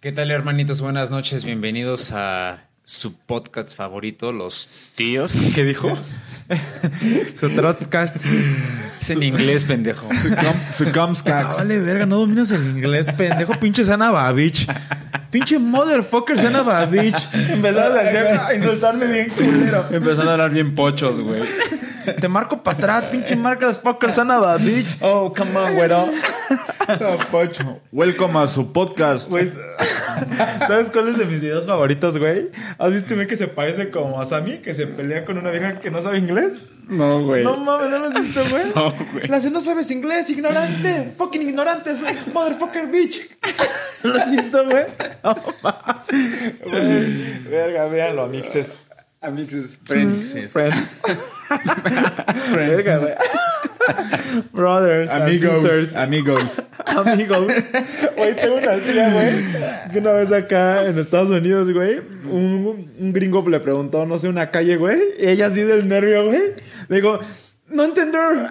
¿Qué tal, hermanitos? Buenas noches, bienvenidos a su podcast favorito, Los Tíos. ¿Qué dijo? Su Trotscast. Es en inglés, pendejo. Su Ah, Comscax. vale, verga, no dominas el inglés, pendejo. Pinche Sana Babich. Pinche motherfucker Sana Babich. Empezaron a, hacer- a insultarme bien culero. Empezando a hablar bien pochos, güey. Te marco para atrás, pinche marca fucker Sana Babich. Oh, come on, güero. Pocho. Welcome a su podcast. Pues, ¿sabes cuál es de mis videos favoritos, güey? ¿Has visto un güey que se parece como a Sammy, que se pelea con una vieja que no sabe inglés? No, güey. No mames, ¿no lo has visto, güey? No, güey. La hace, no sabes inglés, ignorante. Fucking ignorante, soy motherfucker bitch. ¿Lo has visto, güey? No mames. Güey, Verga, véanlo, mixes. Amixes. Friends. Friends. Verga, güey. Brothers, and sisters. Amigos. Amigos. Amigos. Güey, tengo una tía, güey. Que una vez acá en Estados Unidos, güey, un, un gringo le preguntó, no sé, una calle, güey. Y ella así del nervio, güey. Le digo, no entender.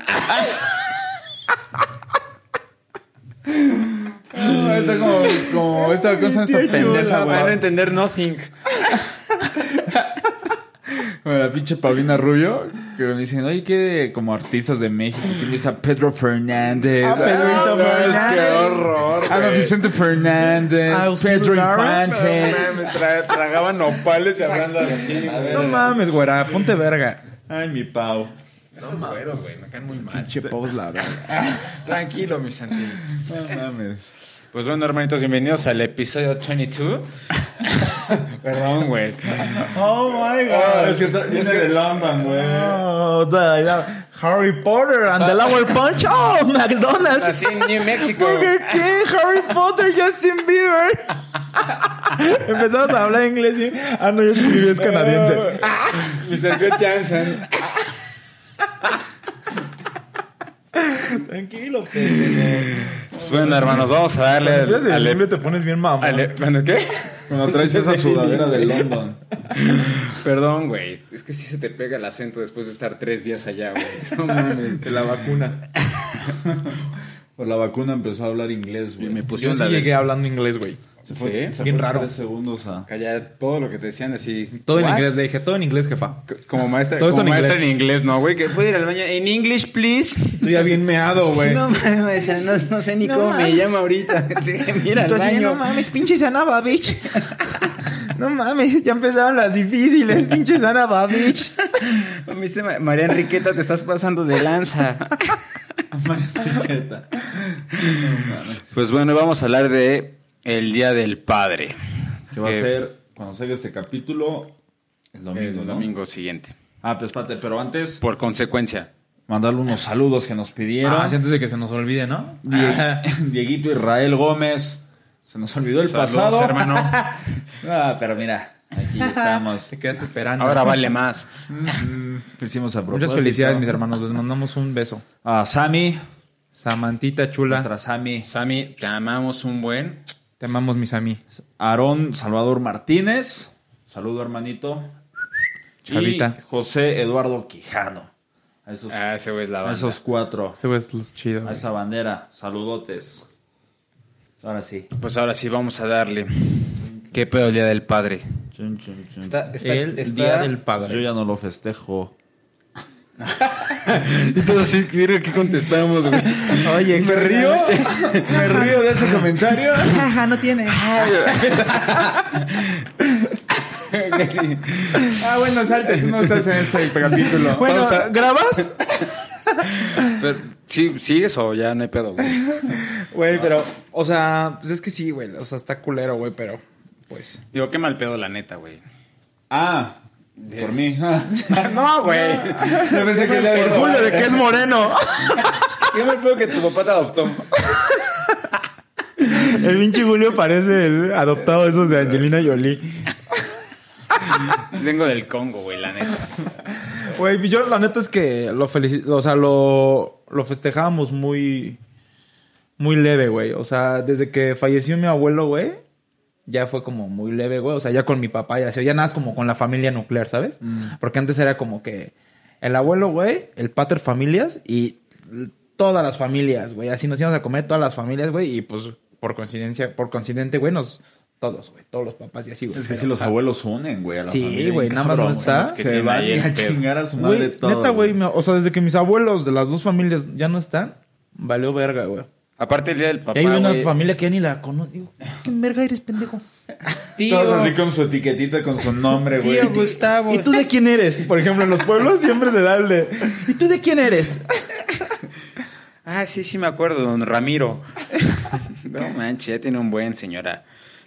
No, está como, como esta cosa está Tío pendeja, Yola, güey. Van a entender nothing. Bueno, la pinche Paulina Rubio, que me dicen, oye, ¿qué como artistas de México? Que empieza Pedro Fernández. Ah, Pedrito no, es Fernández. que horror. Ah, no, pues, Vicente Fernández. Auxilio Pedro Lara. eh. Infante. Me tragaban nopales y hablando así. No mames, güera, ponte verga. Ay, mi Pau. Esos güeros, güey, me caen muy mal. Pinche pos la verga. Tranquilo, mi Santi. No mames. Pues bueno, hermanitos, bienvenidos al episodio 22. Perdón, güey. Oh my Ah, es que, es que de London, güey. Oh, the- the Harry Potter and the Lower Punch. Oh, McDonald's. Así en New Mexico. Burger King, Harry Potter, Justin Bieber. Empezamos a hablar inglés. y- Ah, no, Justin Bieber es canadiense. Mr. Good Jansen. Tranquilo, Pues bueno, hermanos, vamos a darle al, Empiezas al- el inglés te pones bien mamón. al- bueno, ¿qué? Cuando traes esa sudadera de London. Perdón, güey. Es que sí se te pega el acento después de estar tres días allá, güey. No mames. De la vacuna. Por Pues la vacuna empezó a hablar inglés, güey. Me Yo pusieron sí la llegué de... hablando inglés, güey. Se fue, Sí, se bien fue raro. tres segundos a... Calla todo lo que te decían así. Todo en ¿What? inglés, le dije, todo en inglés, jefa. Como maestra, Todo esto como en maestra inglés. en inglés, ¿no, güey? Que puede ir al baño en English, please. Tú ya bien meado, güey. mames, no, no sé ni No mames. llama ahorita. Mira, Tú así, no mames, pinche Sana Babich. No mames, ya empezaron las difíciles, pinche Sana Babich. Me dice Ma- María Enriqueta, te estás pasando de lanza. pues bueno, vamos a hablar de el Día del Padre. Que va a Que- ser, cuando salga este capítulo, el domingo, el ¿no? domingo siguiente. Ah, pues espérate, pero antes, Por consecuencia. mandarle unos saludos que nos pidieron. Ah, sí, antes de que se nos olvide, ¿no? Die- Ah. Ajá. Dieguito Israel Gómez. Se nos olvidó el Saludos, pasado. hermano. Ah, pero mira, aquí estamos. Te quedaste esperando. Ahora vale más. Mm, Lo pues hicimos a propósito. Muchas felicidades, mis hermanos. Les mandamos un beso. A Sami, Samantita chula. nuestra Sami. Sammy, te amamos un buen. Te amamos, mis amí. Aarón Salvador Martínez. Saludo, hermanito. Chavita. Y José Eduardo Quijano. A esos, Ah, ese güey es la a banda. esos cuatro. Ese güey es lo chido. A güey. esa bandera. Saludotes. Ahora sí. Pues ahora sí vamos a darle. ¿Qué pedo el Día del Padre? Chun, chun, chun. El Día del Yo Padre. ya no lo festejo. Entonces sí, mira que contestamos, güey. Oye, me río. Me río de ese comentario. Ajá, no tiene. Ah, bueno, salte. No se hace este capítulo. Bueno, Pausa. ¿grabas? Pero, ¿sí, ¿Sigues o ya no hay pedo, güey? Güey, pero, o sea, pues es que sí, güey. O sea, está culero, güey, pero, pues. Digo, qué mal pedo, la neta, güey. Ah, por mí. Ah. No, güey. Yo pensé Pues que era Por Julio, de que es moreno. Qué mal pedo que tu papá te adoptó. El pinche Julio parece el adoptado de esos de Angelina Jolie. Vengo del Congo, güey, la neta. Güey, yo la neta es que lo felici- o sea, lo, lo festejábamos muy, muy leve, güey. O sea, desde que falleció mi abuelo, güey, ya fue como muy leve, güey. O sea, ya con mi papá, ya, se- ya nada más como con la familia nuclear, ¿sabes? Porque antes era como que el abuelo, güey, el pater familias y l- todas las familias, güey. Así nos íbamos a comer todas las familias, güey. Y pues, por coincidencia, por coincidente, güey, nos, Todos, güey. Todos los papás y así, güey. Es que Pero, si los o sea, abuelos unen, güey. a la Sí, familia, güey, bien nada más cabrón, no está. güey. Que Se tienen van ahí el a pedo. chingar a su Güey, madre todo. neta, güey, me- o sea, desde que mis abuelos de las dos familias ya no están, valió verga, güey. Aparte el día del Y papá, hay una güey. familia que ya ni la conozco. Digo, ¿qué verga eres, pendejo? Todos así con su etiquetita, con su nombre, güey. Tío Gustavo. ¿Y tú de quién eres? Por ejemplo, en los pueblos siempre se da el de, ¿y tú de quién eres? Ah, sí, sí me acuerdo, don Ramiro. no manches, ya tiene un buen señora.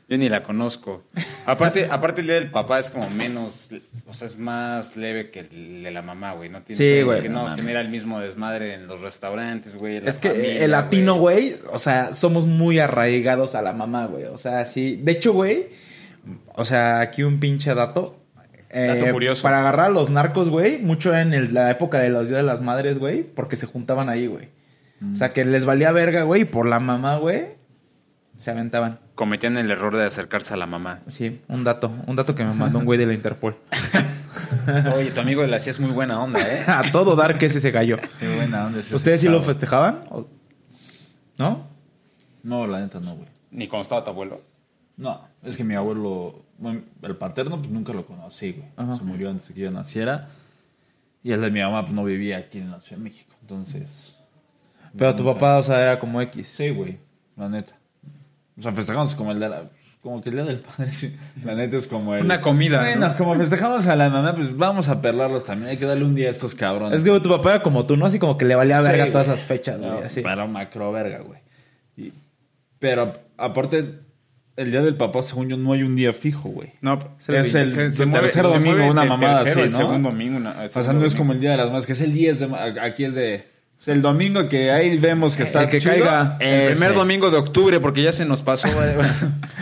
Yo ni la conozco. Aparte, aparte el día del papá es como menos, o sea, es más leve que el de la mamá, güey. No tiene Sí, que güey, que no no mames. genera el mismo desmadre en los restaurantes, güey. la Es que eh, familia, el latino, güey, o sea, somos muy arraigados a la mamá, güey. O sea, sí. De hecho, güey, o sea, aquí un pinche dato. Eh, Dato curioso. Para agarrar a los narcos, güey, mucho en el- la época de los días de las madres, güey, porque se juntaban ahí, güey. O Mm. sea, que les valía verga, güey, y por la mamá, güey, se aventaban. Cometían el error de acercarse a la mamá. Sí, un dato, un dato que me mandó un güey de la Interpol. Oye, tu amigo de la CIA es muy buena onda, ¿eh? a todo dar que ese se cayó. Qué buena onda. ese ¿Ustedes sí chavo. lo festejaban? ¿O- ¿No? No, la neta no, güey. Ni cuando estaba tu abuelo. No, es que mi abuelo, bueno, el paterno, pues nunca lo conocí, güey. Ajá. Se murió antes de que yo naciera. Y el de mi mamá, pues no vivía aquí en la Ciudad de México. Entonces, Pero tu papá, o sea, era como X. sí, güey, la neta. O sea, festejamos como el de la- Como que el día del padre, sí. La neta es como el. Una comida, Bueno, ¿no? como festejamos a la mamá, pues vamos a perlarlos también. Hay que darle un día a estos cabrones. Es que tu papá era como tú, ¿no? Así como que le valía Sí, verga güey. todas esas fechas, güey. No, así. Para macro verga, güey. Y- Pero aparte, el día del papá, según yo, no hay un día fijo, güey. No, Es el- se mueve- se mueve el tercero, El segundo domingo, una, O sea, no es como el día de las madres, que es el 10 de ma- Aquí es de. es el domingo que ahí vemos que está. El que chido, caiga. El ese. primer domingo de octubre, porque ya se nos pasó.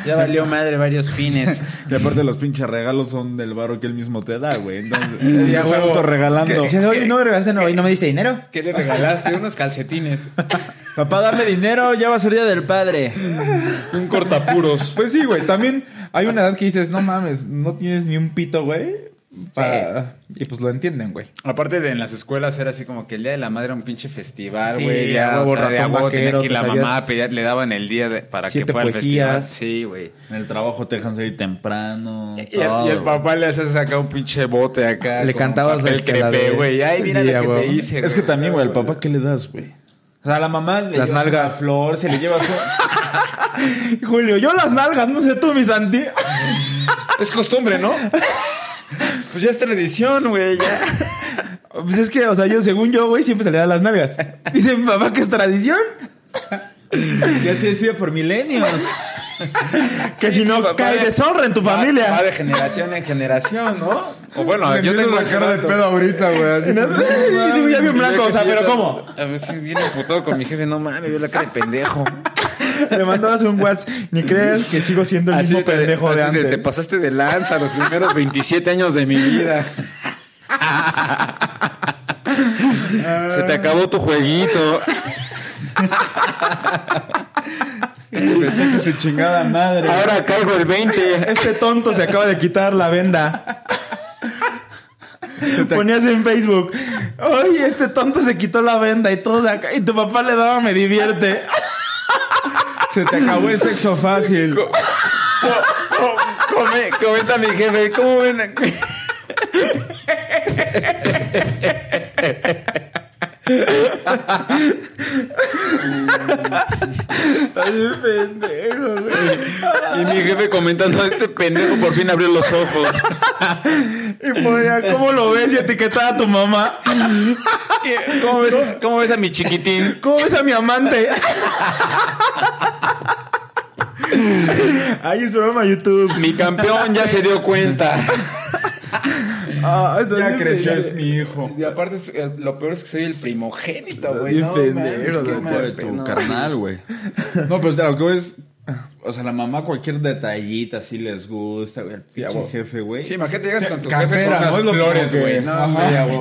ya valió madre varios fines. Y aparte, los pinches regalos son del baro que él mismo te da, güey. Entonces, ya fue autorregalando. Dices, "Oye, no me regalaste, no, y no me diste dinero. ¿Qué le regalaste? Unos calcetines. Papá, dame dinero, ya va a ser día del padre. Un cortapuros. Pues sí, güey. También hay una edad que dices, no mames, no tienes ni un pito, güey. para-". Y pues lo entienden, güey. Aparte de en las escuelas era así como que el día de la madre era un pinche festival, Sí, güey. a ya, o huevo, sea, de a ratón huevo tenía vaquero, que ir la pues, mamá, habías- pedía- le daban el día de- para que Siete fuera al festival. poesías. Sí, güey. En el trabajo te dejan salir temprano. Y, el- todo, y el güey. papá le hacías acá un pinche bote acá. Le con cantabas papel el que la crepe, de- güey. Ay, mira Sí, lo a que huevo. te hice, Es que también, güey, al papá, ¿qué le das, güey? O sea, a la mamá le Las llevas nalgas. una flor, se le llevas un... Julio, yo las nalgas, no sé tú, mi Santi. Es costumbre, ¿no? pues ya es tradición, güey. ya. Pues es que, o sea, yo, según yo, güey, siempre se le da las nalgas. Dice mi papá que es tradición, Ya se decía por milenios. que Sí, si sí, no papá, cae de- deshonra en tu Va- familia. Va de generación en generación, ¿no? O bueno, Me yo empiezas tengo a ese sacar dato. ahorita, güey. así No, como- sí, güey, ya bien blanco, o sea, pero ¿cómo? A ver si viene putado con mi jefe, no mames, vio la cara de pendejo. Le mandabas un WhatsApp, ni creas que sigo siendo el mismo te- pendejo de así antes. Te pasaste de lanza los primeros 27 años de mi vida. Se te acabó tu jueguito. Festeja su chingada madre. Ahora caigo el 20. Este tonto se acaba de quitar la venda. Ponías en Facebook, oye, este tonto se quitó la venda y todo acá. Y tu papá le daba, me divierte. Se te acabó el sexo fácil. Come- comenta mi jefe, ¿cómo ven? Ay, pendejo, güey. Y mi jefe comentando, este pendejo por fin abrió los ojos. Y ponía, ¿cómo lo ves? Y etiquetaba a tu mamá. ¿Cómo ves, cómo ves a mi chiquitín? ¿Cómo ves a mi amante? Ay, es broma, YouTube. Mi campeón ya se dio cuenta. Ah, está Ya bien creció, pendejo. es mi hijo. Y aparte, es- el- lo peor es que soy el primogénito, güey. Bien No, pendejo, mames, de qué tu- mal De tu pedo. carnal, güey. No, pero o sea, lo que voy es... O sea, la mamá cualquier detallita así les gusta, güey. El pinche jefe, güey. Sí, imagínate, llegas con tu jefe con Campera, unas ¿no? Es lo flores, como que- güey. No, Ajá. hombre, ya, güey.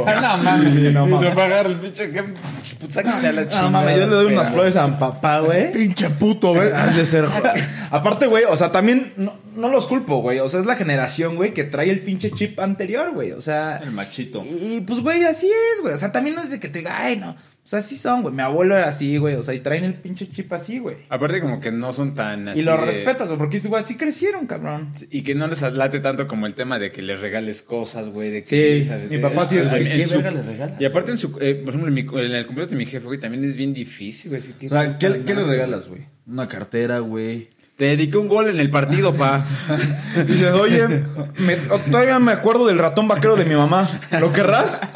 No mames. Y te va a agarrar el pinche jefe. Pues, Sáquese a la chingada. No mames, yo le doy Pero- unas flores a mi papá, güey. Pinche puto, güey. Has de ser. Aparte, güey, o sea, también no, no los culpo, güey. O sea, es la generación, güey, que trae el pinche chip anterior, güey. O sea, El machito. y y, pues, güey, así es, güey. O sea, también no es de que te diga, ay, no. O sea, así son, güey. Mi abuelo era así, güey. O sea, y traen el pinche chip así, güey. Aparte como que no son tan así Y lo de- respetas, güey, porque güey, así crecieron, cabrón. Y que no les atlate tanto como el tema de que les regales cosas, güey. de Sí, que, ¿sabes? mi De- papá sí es, Ah, güey, en ¿Qué su- verga le regalas? Y aparte, en, su, eh, por ejemplo, en, mi- en el cumpleaños de mi jefe, güey, también es bien difícil, güey. así que- O sea, ¿qué, qué le regalas, güey? Una cartera, güey. Te dediqué un gol en el partido, pa. Dices, oye, me- o- todavía me acuerdo del ratón vaquero de mi mamá. ¿Lo querrás?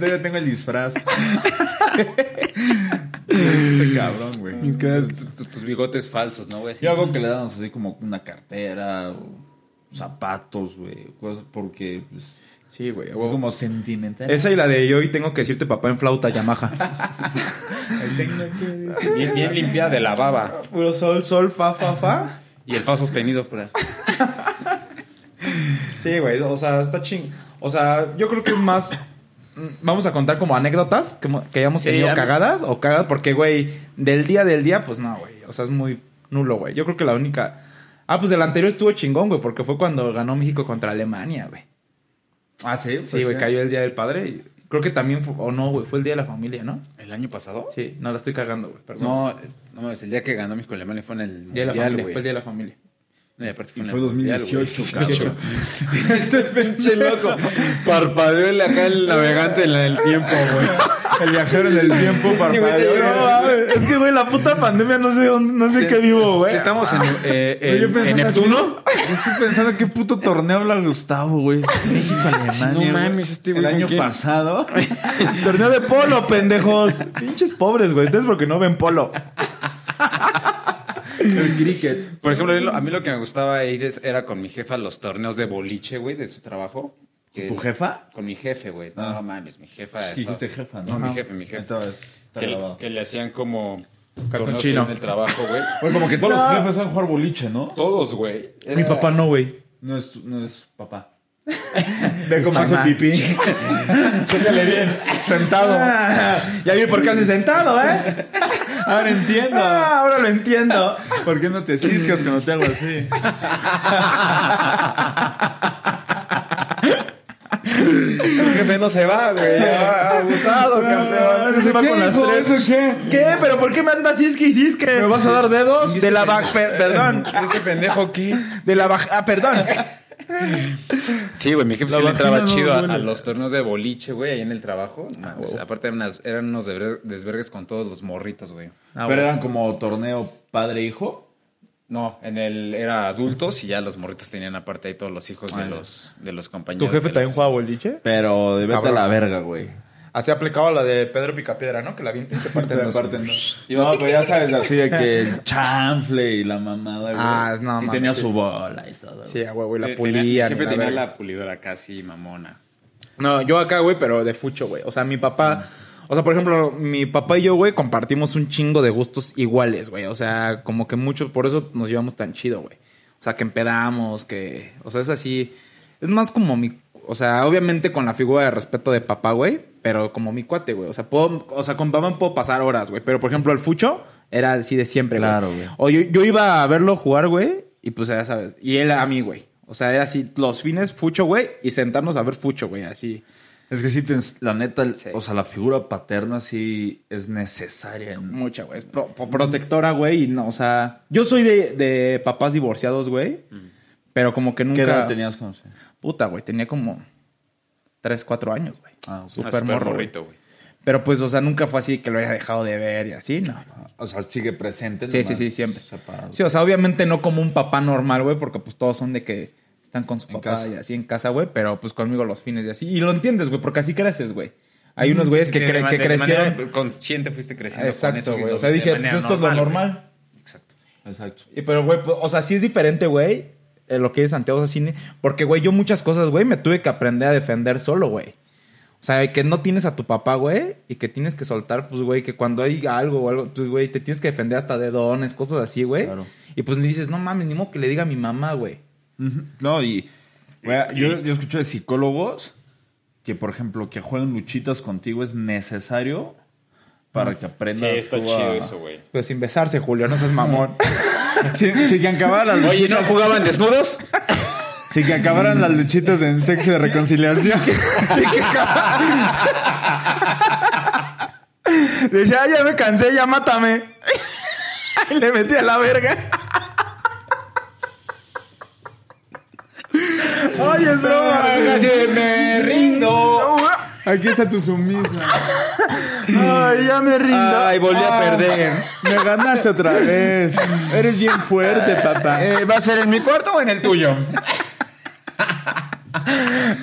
Yo tengo el disfraz. este cabrón, güey. Tu- Tus bigotes falsos, ¿no, güey? Así. Yo hago que le damos así como una cartera o zapatos, güey. Cosas porque, pues, Sí, güey. es como sentimental. Esa y la de hoy tengo que decirte papá en flauta Yamaha. Bien, bien limpia de la baba. Puro sol, sol, fa, fa, fa. Y el fa sostenido, pues. pra. Sí, güey. O sea, está ching. O sea, yo creo que es más. mm, Vamos a contar como anécdotas que, mo- que hayamos Sí, tenido a mí- cagadas o cagadas, porque, güey, del día del día, pues no, güey. O sea, es muy nulo, güey. Yo creo que la única. Ah, pues del anterior estuvo chingón, güey, porque fue cuando ganó México contra Alemania, güey. Ah, sí. Pues Sí, güey, sí. cayó el día del padre. y creo que también fue. O no, güey, fue el día de la familia, ¿no? ¿El año pasado? Sí, no la estoy cagando, güey, perdón. No, eh, no mames, el día que ganó México Alemania fue en el Día de la Mundial, familia, güey. fue el día de la familia. No, y aparte Y en el fue Mundial, 2018, güey. cabrón. Este pinche loco parpadeó el- acá el navegante en el tiempo, güey. El viajero en el tiempo parpadeó. te güey. digo, ah, es que, güey, la puta pandemia no sé dónde, no sé qué vivo, Si estamos en, eh, en- Yo en pensando así- Neptuno. Yo estoy pensando qué puto torneo habla Gustavo, güey. México, Alemania. No güey. mames, este güey, El ¿con año quién? pasado. Torneo de polo, pendejos. Pinches pobres, güey. Ustedes porque no ven polo. El cricket. Por ejemplo, a mí lo- a mí lo que me gustaba ir es- era con mi jefa a los torneos de boliche, güey, de su trabajo. Que- ¿Tu jefa? Con mi jefe, güey. No, mames, mi jefa. Sí, estaba- dijiste jefa, ¿no? No, mi Ajá. jefe, mi jefe. Entonces, está que, grabado. que le hacían como torneos chino. en el trabajo, güey. Güey, como que todos los jefes saben jugar boliche, ¿no? Todos, güey. Mi papá no, güey. No es, no es papá. Ve cómo hace Mamá. pipí. Chécale bien. Sentado. ya vi por qué haces sentado, ¿eh? Ahora entiendo. Ah, ahora lo entiendo. ¿Por qué no te ciscas cuando te hago así? El jefe no se va, güey. Ah, Abusado, campeón. ¿Qué, hijo? ¿Eso qué? ¿Qué? ¿Pero por qué me andas isque y cisque? ¿Me vas a dar dedos? De la baja... Perdón. ¿Este pendejo qué? De la baja... Ah, perdón. Sí, güey, mi jefe La sí le entraba vagina no chido a, duele. a los torneos de boliche, güey, ahí en el trabajo. Ah, No, mames, Aparte eran, unas- eran unos debre- desvergues con todos los morritos, güey. Ah, Pero eran como torneo padre-hijo. No, en el era adultos y ya los morritos tenían aparte ahí todos los hijos de los de los compañeros. ¿Tu jefe de también los- juega boliche? Pero de vete Cabrón. a la verga, güey. Así aplicaba la de Pedro Picapiedra, ¿no? Que la viente y se parte en dos. Y no, pero ya sabes, así de que chanfle y la mamada, güey. Ah, no, Y mames, tenía sí. su bola y todo, güey. Sí, a huevo, y la Tenía- pulían. Mi y jefe la tenía verga. la pulidora casi mamona. No, yo acá, güey, pero de fucho, güey. O sea, mi papá... O sea, por ejemplo, mi papá y yo, güey, compartimos un chingo de gustos iguales, güey. O sea, como que mucho... Por eso nos llevamos tan chido, güey. O sea, que empedamos, que... O sea, es así... Es más como mi... O sea, obviamente con la figura de respeto de papá, güey. Pero como mi cuate, güey. O sea, puedo... O sea, con papá puedo pasar horas, güey. Pero, por ejemplo, el fucho era así de siempre, Claro, güey. O yo, yo iba a verlo jugar, güey, y pues ya sabes. Y él a mí, güey. O sea, era así, los fines fucho, güey, y sentarnos a ver fucho, güey, así. Es que sí, tienes- la neta, el- o sea, la figura paterna sí es necesaria. en- Mucha, güey. Es pro- pro- protectora, güey, y no, o sea. Yo soy de, de papás divorciados, güey. Pero como que ¿Qué nunca. edad tenías cuando se- Puta, güey, tenía como 3, 4 años, güey. Ah, Ah, ok. Súper morro, güey. morrito, güey. Pero pues, o sea, nunca fue así que lo haya dejado de ver y así, no. O sea, sigue presente. Sí, sí, nomás sí, siempre. separado. Sí, o sea, obviamente no como un papá normal, güey, porque pues todos son de que están con su En papá casa. y así en casa, güey, pero pues conmigo los fines y así. Y lo entiendes, güey, porque así creces, güey. Hay unos güeyes que, Mm, Sí, cre- de que man- de manera crecieron. Consciente fuiste creciendo. con eso, Exacto, güey. O de sea, dije, manera pues esto es lo güey. normal. Exacto. Exacto. Y pero, güey, pues, o sea, sí es diferente, güey, eh, lo que es Santiago Sassini. Porque, güey, yo muchas cosas, güey, me tuve que aprender a defender solo, güey. O sea, que no tienes a tu papá, güey, y que tienes que soltar, pues, güey, que cuando hay algo o algo, pues, güey, te tienes que defender hasta de dones, cosas así, güey. Claro. Y pues le dices, no mames, ni modo que le diga a mi mamá, güey. Ujú. No, y güey, yo, yo escucho de psicólogos que, por ejemplo, que jueguen luchitas contigo es necesario para que aprendas Sí, está tú a- chido eso, güey. Pues, Pero sin besarse, Julio, no seas mamón. Si, si que acabaran las Oye, ¿no luchitas, jugaban desnudos? si que acabaran las luchitas en sexo de reconciliación. Decía, "Ah, ya me cansé, ya mátame. Y le metí a la verga. Oye, es broma. me rindo. Aquí está tu sumisa. Ay, ya me rindo. Ah. Ay, volví a perder. Ah. Me ganaste otra vez. Eres bien fuerte, papá. Eh, ¿Va a ser en mi cuarto o en el tuyo?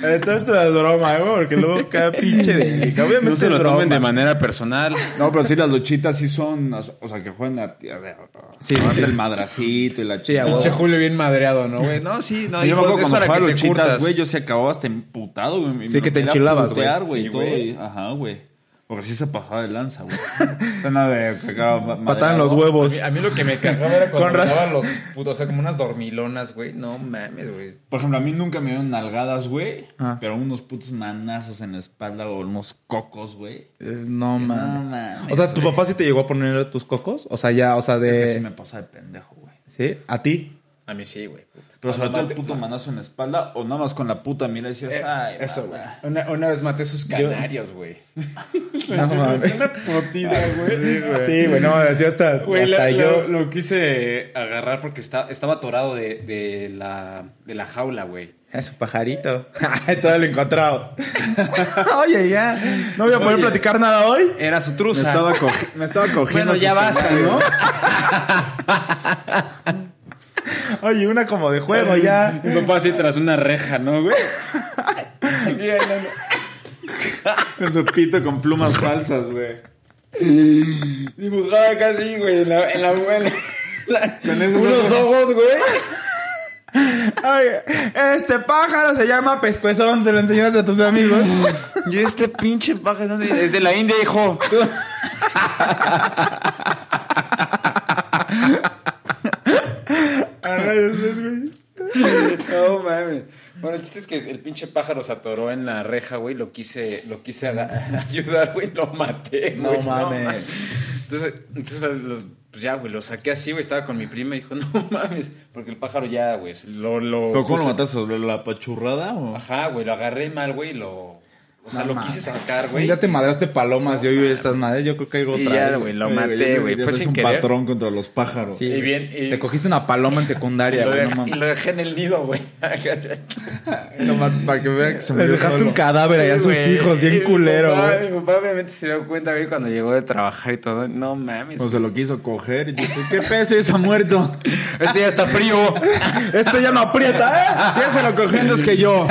Eh, Todo esto es broma, güey, porque luego cada pinche delicado. Obviamente No se lo es broma. tomen de manera personal. No, pero sí, las luchitas sí son. O sea, que juegan a. ti- a ver, Sí, aparte sí. el madracito y la Sí, a huevo. Pinche Julio bien madreado, ¿no, güey? No, sí, no. yo me acuerdo cuando jugaba luchitas, güey, güey. yo se acababa hasta emputado, güey. me- Sí, me que te quería enchilabas, güey. putear, güey. Sí, y todo, güey. y- Ajá, güey. Porque sí se pasaba de lanza, güey. O sea, nada de que acaba ma- Pataban los madreado. huevos. A mí, a mí lo que me cagaba era cuando Con me razón. daban los putos, o sea, como unas dormilonas, güey. No mames, güey. Por ejemplo, a mí nunca me dieron nalgadas, güey. Ah. Pero unos putos manazos en la espalda o unos cocos, güey. Eh, No, No man. mames. O sea, ¿tu güey. papá sí te llegó a poner tus cocos? O sea, ya, o sea, Es que de... sí me pasa de pendejo, güey. ¿Sí? ¿A ti? A mí sí, güey. puta. Pero sobre todo Cuando el puto manazo en la espalda o nada más con la puta mira y decías, ay, Eh, Eso, güey. mamá". Una, una vez maté sus canarios, güey. No, mames. Una putiza, güey. Sí, güey, no, así hasta, Güey, la- hasta la- yo... lo quise agarrar porque está, estaba atorado de, de, la, de la jaula, güey. A su pajarito. Todavía lo encontramos. Oye, ya. No voy a poder platicar nada hoy. Era su Me truza. estaba, cogi- me estaba cogiendo. bueno, ya sus basta, canarios. ¿no? Oye, una como de juego ya. Mi papá así tras una reja, ¿no, güey? Con su pito con plumas falsas, güey. Dibujaba casi, güey, en la... En la, en la- Con esos unos ojos, güey. Ay, este pájaro se llama pescuezón, se lo enseñaste a tus amigos. Yo este pinche paja ¿dónde? es de la India, hijo. No mames. Bueno, el chiste es que el pinche pájaro se atoró en la reja, güey. Lo quise, lo quise aga- ayudar, güey. Lo maté, No güey. mames. Entonces, entonces los- pues ya, güey, lo saqué así, güey. Estaba con mi prima y dijo, no mames. Porque el pájaro ya, güey, se- lo... lo ¿Pero cómo puse- lo mataste? ¿Sobre la pachurrada o...? Ajá, güey, lo agarré mal, güey, y lo... O sea, lo quise sacar, güey. Ya te madraste palomas y hoy estas madres. Yo creo que hay otra. Y ya, vez. güey, lo Oye, maté, yo güey. creo que Fue ya sin es un querer. patrón contra los pájaros. Sí, Y güey. bien, y- Te cogiste una paloma en secundaria, Lo güey. dej- No y mames. lo dejé en el nido, güey. Para que vean que se Les murió dejaste solo. un cadáver allá a sus Güey, hijos, y bien mi culero, papá- güey. Mi papá obviamente se dio cuenta, güey, cuando llegó de trabajar y todo. No mames. Pues- O se lo quiso coger y dijo, ¿qué peso? Eso ha muerto. Este Este ya está frío. Esto ya no aprieta, ¿eh? ¿Quién se lo cogió antes que yo?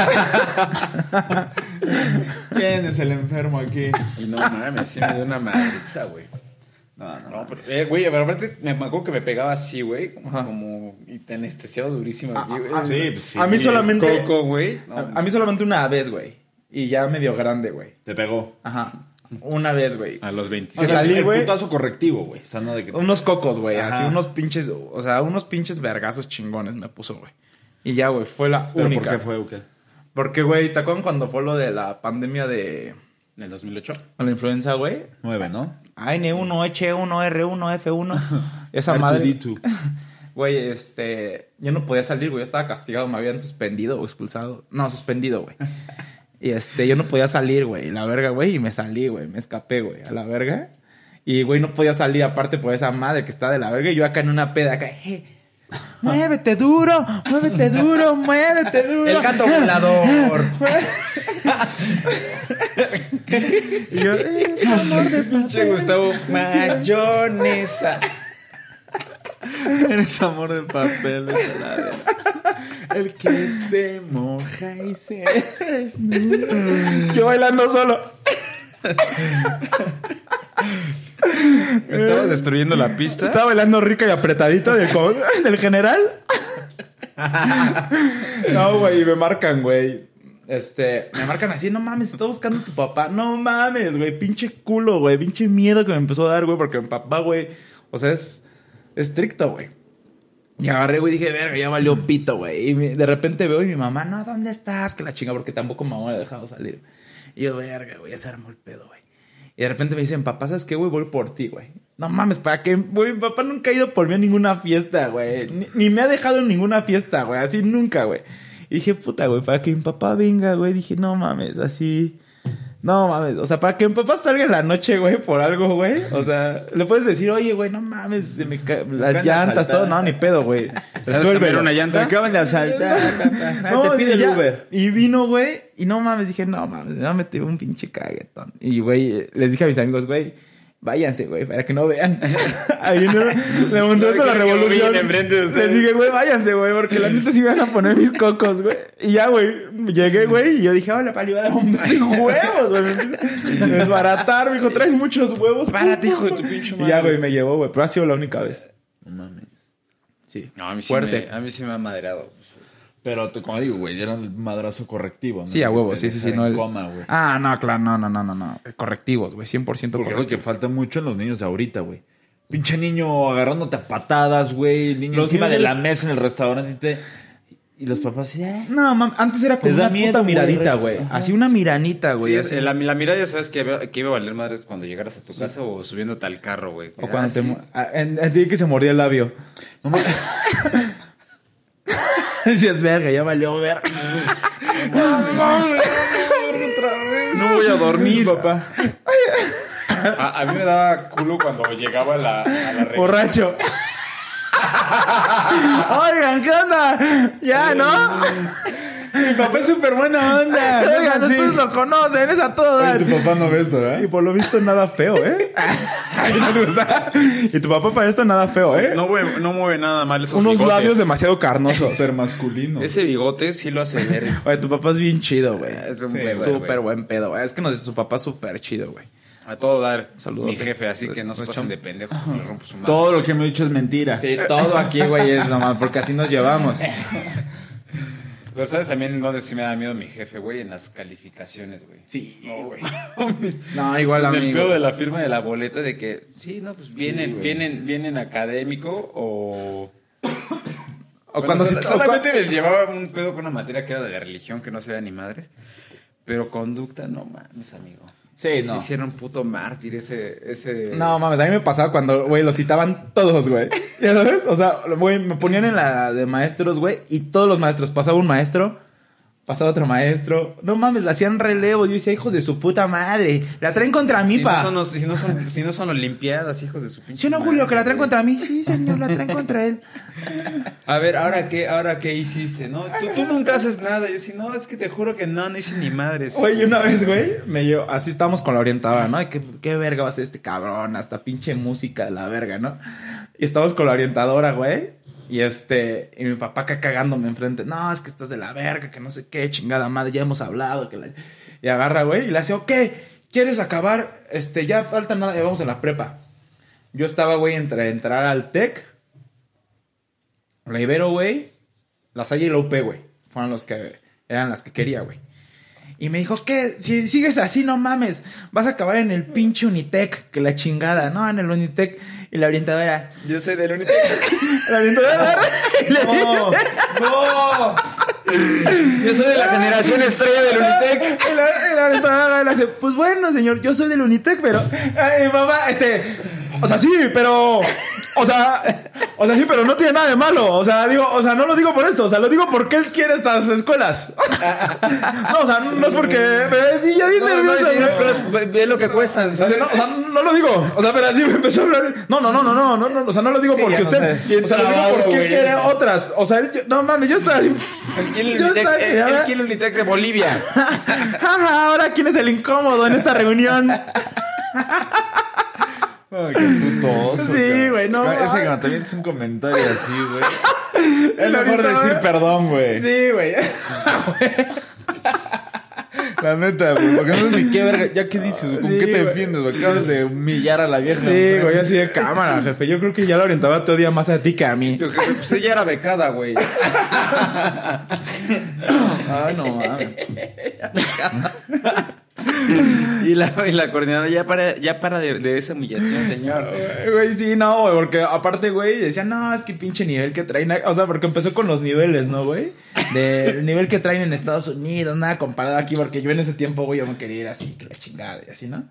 ¿Quién es el enfermo aquí? Y no mames, sí me dio una madriza, güey. No, no. No, pero, eh, güey, pero aparte me acuerdo que me pegaba así, güey, como, como- y te anestesiaba durísimo aquí, güey. ah, Sí, pues sí. a mí solamente. Coco, güey. No, a, a mí solamente una vez, güey. Y ya medio grande, güey. Te pegó. Ajá. Una vez, güey. a los 20. Se salí, el güey. putazo correctivo, güey. O sea, no de que... Unos cocos, güey. Ajá. Así, unos pinches. O sea, unos pinches vergazos chingones me puso, güey. Y ya, güey, fue la ¿Pero única. por qué fue o qué? Porque, güey, ¿te acuerdan cuando fue lo de la pandemia de En el 2008. la influenza, güey? Nueve, ¿no? AN1, H1, R1, F1. Esa madre. R2D2. Güey, este. Yo no podía salir, güey. Yo estaba castigado. Me habían suspendido o expulsado. No, suspendido, güey. Y este, yo no podía salir, güey. La verga, güey. Y me salí, güey. Me escapé, güey. A la verga. Y, güey, no podía salir aparte por esa madre que está de la verga. Y yo acá en una peda, acá. "Eh, Muévete duro, muévete duro, muévete duro. El gato volador. Y yo, "Eh, es un amor de Che, Gustavo, mayonesa. Eres amor de papel. es la verga. El que se moja y se... Yo bailando solo. Estabas destruyendo la pista. Estaba bailando rica y apretadita del, co- del general. No, güey, y me marcan, güey. Este, me marcan así, no mames, está buscando tu papá. No mames, güey, pinche culo, güey, pinche miedo que me empezó a dar, güey, porque mi papá, güey, o sea, es estricto, güey. Y agarré, güey, y dije, verga, ya valió pito, güey. Y me- de repente veo y mi mamá, no, ¿dónde estás? Que la chinga, porque tampoco mamá me ha dejado salir. Y yo, verga, güey, ya se armó el pedo, güey. Y de repente me dicen, papá, ¿sabes qué, güey? Voy por ti, güey. No mames, ¿para qué? Güey, mi papá nunca ha ido por mí a ninguna fiesta, güey. Ni, ni me ha dejado en ninguna fiesta, güey. Así nunca, güey. Y dije, puta, güey, para que mi papá venga, güey. Dije, no mames, así. No mames, o sea, para que mi papá salga en la noche, güey, por algo, güey. O sea, le puedes decir, oye, güey, no mames, se me ca- las llantas, todo, no, ni pedo, güey. ¿Sabes cambiar una Te llanta? acaban de asaltar, papá. No, No, te pide y el ya. Uber. Y vino, güey, y no mames, dije, no mames, me metí un pinche caguetón. Y, güey, les dije a mis amigos, güey, váyanse, güey, para que no vean. Ahí en el- le monté hasta la que revolución. miren enfrente de ustedes. Les dije, güey, váyanse, güey, porque la neta sí me van a poner mis cocos, güey. Y ya, güey, llegué, güey, y yo dije, hola, pali, va a dar un beso de huevos, güey. Me empieza a Desbaratar, me dijo, traes muchos huevos. Párate, hijo de tu pinche Y ya, güey, me llevó, güey, pero ha sido la única vez. No mames. Sí. No, a mí sí Fuerte. me- a mí sí me ha maderado. pues. Pero te- como digo, güey, era el madrazo correctivo. ¿no? Sí, a Que huevo, te sí, sí, sí. dejara No, en el- coma, güey. Ah, no, claro, no, no, no, no, no. Correctivos, güey, 100% Porque correctivos. algo que falta mucho en los niños de ahorita, güey. Pinche niño agarrándote a patadas, güey. El niño Los encima de niños- la mesa en el restaurante. Y, te- y los papás, "Ah". No, mam, antes era como Les da una miedo, puta güey, miradita, re- güey. Así una miranita, güey. Sí, así. la, la mirada ya sabes que, iba- que iba a valer madres cuando llegaras a tu casa o subiéndote al carro, güey. O cuando te... mu- ah, en- Entendí que se mordía el labio. No mames. Decías, verga, ya valió verga. No voy a dormir, papá. A, a mí me daba culo cuando llegaba a la, a la revisión. Borracho. Oigan, ¿qué onda? Ya, ¿no? Mi papá es súper buena onda. no es Oigan, así. ustedes lo conocen, es a todo. dar. Oye, tu papá no ve esto, ¿verdad? Y por lo visto nada feo, ¿eh? Ay, no te gusta. y tu papá para esto nada feo, ¿eh? No mueve, no mueve nada mal esos Unos bigotes. labios demasiado carnosos. Súper masculino. Ese bigote sí lo hace ver. Oye, tu papá Ah, es bien chido, güey. Es un Sí, buen Súper güey. buen pedo, güey. Es que nos, su papá es súper chido, güey. A todo dar. Saludote. Mi jefe, así que no se Nos pasen echamos- de pendejos. porque le rompo su madre. Todo lo que me he dicho es mentira. Sí, todo aquí, güey, es nomás porque así nos llevamos. Pero sabes también donde sí me da miedo mi jefe, güey, en las calificaciones, güey. Sí, güey. Mames. No, igual a En el mí. pedo güey. de la firma de la boleta de que, sí, no, pues vienen, vienen, vienen académico o... O Bueno, cuando sol- se... o cua- solamente me llevaba un pedo con una materia que era de religión, que no se veía ni madres. Pero conducta, no mames, amigo. Sí, Se hicieron puto mártir ese... ese... No, mames, a mí me pasaba cuando, güey, lo citaban todos, güey. ¿Ya sabes? O sea, güey, me ponían en la de maestros, güey, y todos los maestros. Pasaba un maestro, pasaba otro maestro. No mames, le hacían relevo. Yo decía, hijos de su puta madre. La traen contra mí, si, pa. no son, los- si, no son, si no son olimpiadas, hijos de su pinche Sí, no, Julio, madre, que la traen güey. contra mí. Sí, señor, la traen contra él. A ver, ¿ahora qué, ahora qué hiciste, no? Tú, tú nunca haces nada. Yo sí, no, es que te juro que no, no hice ni madres. Güey, y una vez, güey, me llevó, así estábamos con la orientadora, ¿no? ¿Qué, qué verga va a ser este cabrón? Hasta pinche música de la verga, ¿no? Y estábamos con la orientadora, güey. Y este, y mi papá acá cagándome enfrente. No, es que estás de la verga, que no sé qué, chingada madre, ya hemos hablado. Que la... Y agarra, güey, y le hace, ok, ¿quieres acabar? Este, ya falta nada, ya vamos a la prepa. Yo estaba, güey, entre entrar al TEC, la Ibero, güey, la Salle y la UP, güey. Fueron los que, eran las que quería, güey. Y me dijo, ¿qué? Si sigues así, no mames. Vas a acabar en el pinche Unitec, que la chingada, ¿no? En el Unitec. Y la orientadora. Yo soy del único... La orientadora. y le dice- Yo soy de la generación estrella del Unitec. Y la, y la orientadora le hace, pues bueno, señor, yo soy del Unitec, pero. Ay, mamá, este. O sea, sí, pero. O sea, o sea, sí, pero no tiene nada de malo. O sea, digo, o sea, no lo digo por esto, o sea, lo digo porque él quiere estas escuelas. No, o sea, no es porque. Pero sí, ya bien nerviosa. güey. ve lo que cuestan. O sea, no, o sea, no lo digo. O sea, pero así me empezó a hablar. No, no, no, no, no, no, no. O sea, no lo digo porque usted. o sea, lo digo trabado, porque él güey. quiere otras. O sea, él, yo- no mames, yo estaba así. Yo estaba que, a ver, el Unitec de Bolivia. jaja, ahora quién es el incómodo en esta reunión. Ay, qué putoso. Sí, cabrón. güey, no. Ese que también es un comentario así, güey. Es La mejor neta, decir güey. perdón, güey. Sí, güey. La neta, güey. Porque no es ni qué verga. ¿Ya qué dices? güey? ¿Con Sí, qué te güey. defiendes? güey? Acabas de humillar a la vieja. Sí, güey, así de cámara, jefe. Yo creo que ya la orientaba te odia más a ti que a mí. Pues ella era becada, güey. Ah, Ay, no mames. Y la, y la coordinadora ya para, ya para de, de esa humillación, señor. Güey, sí, no, güey, porque aparte, güey, decía, no, es que pinche nivel que traen. O sea, porque empezó con los niveles, ¿no, güey? Del nivel que traen en Estados Unidos, nada comparado aquí, porque yo en ese tiempo, güey, yo me quería ir así, que la chingada, y así, ¿no?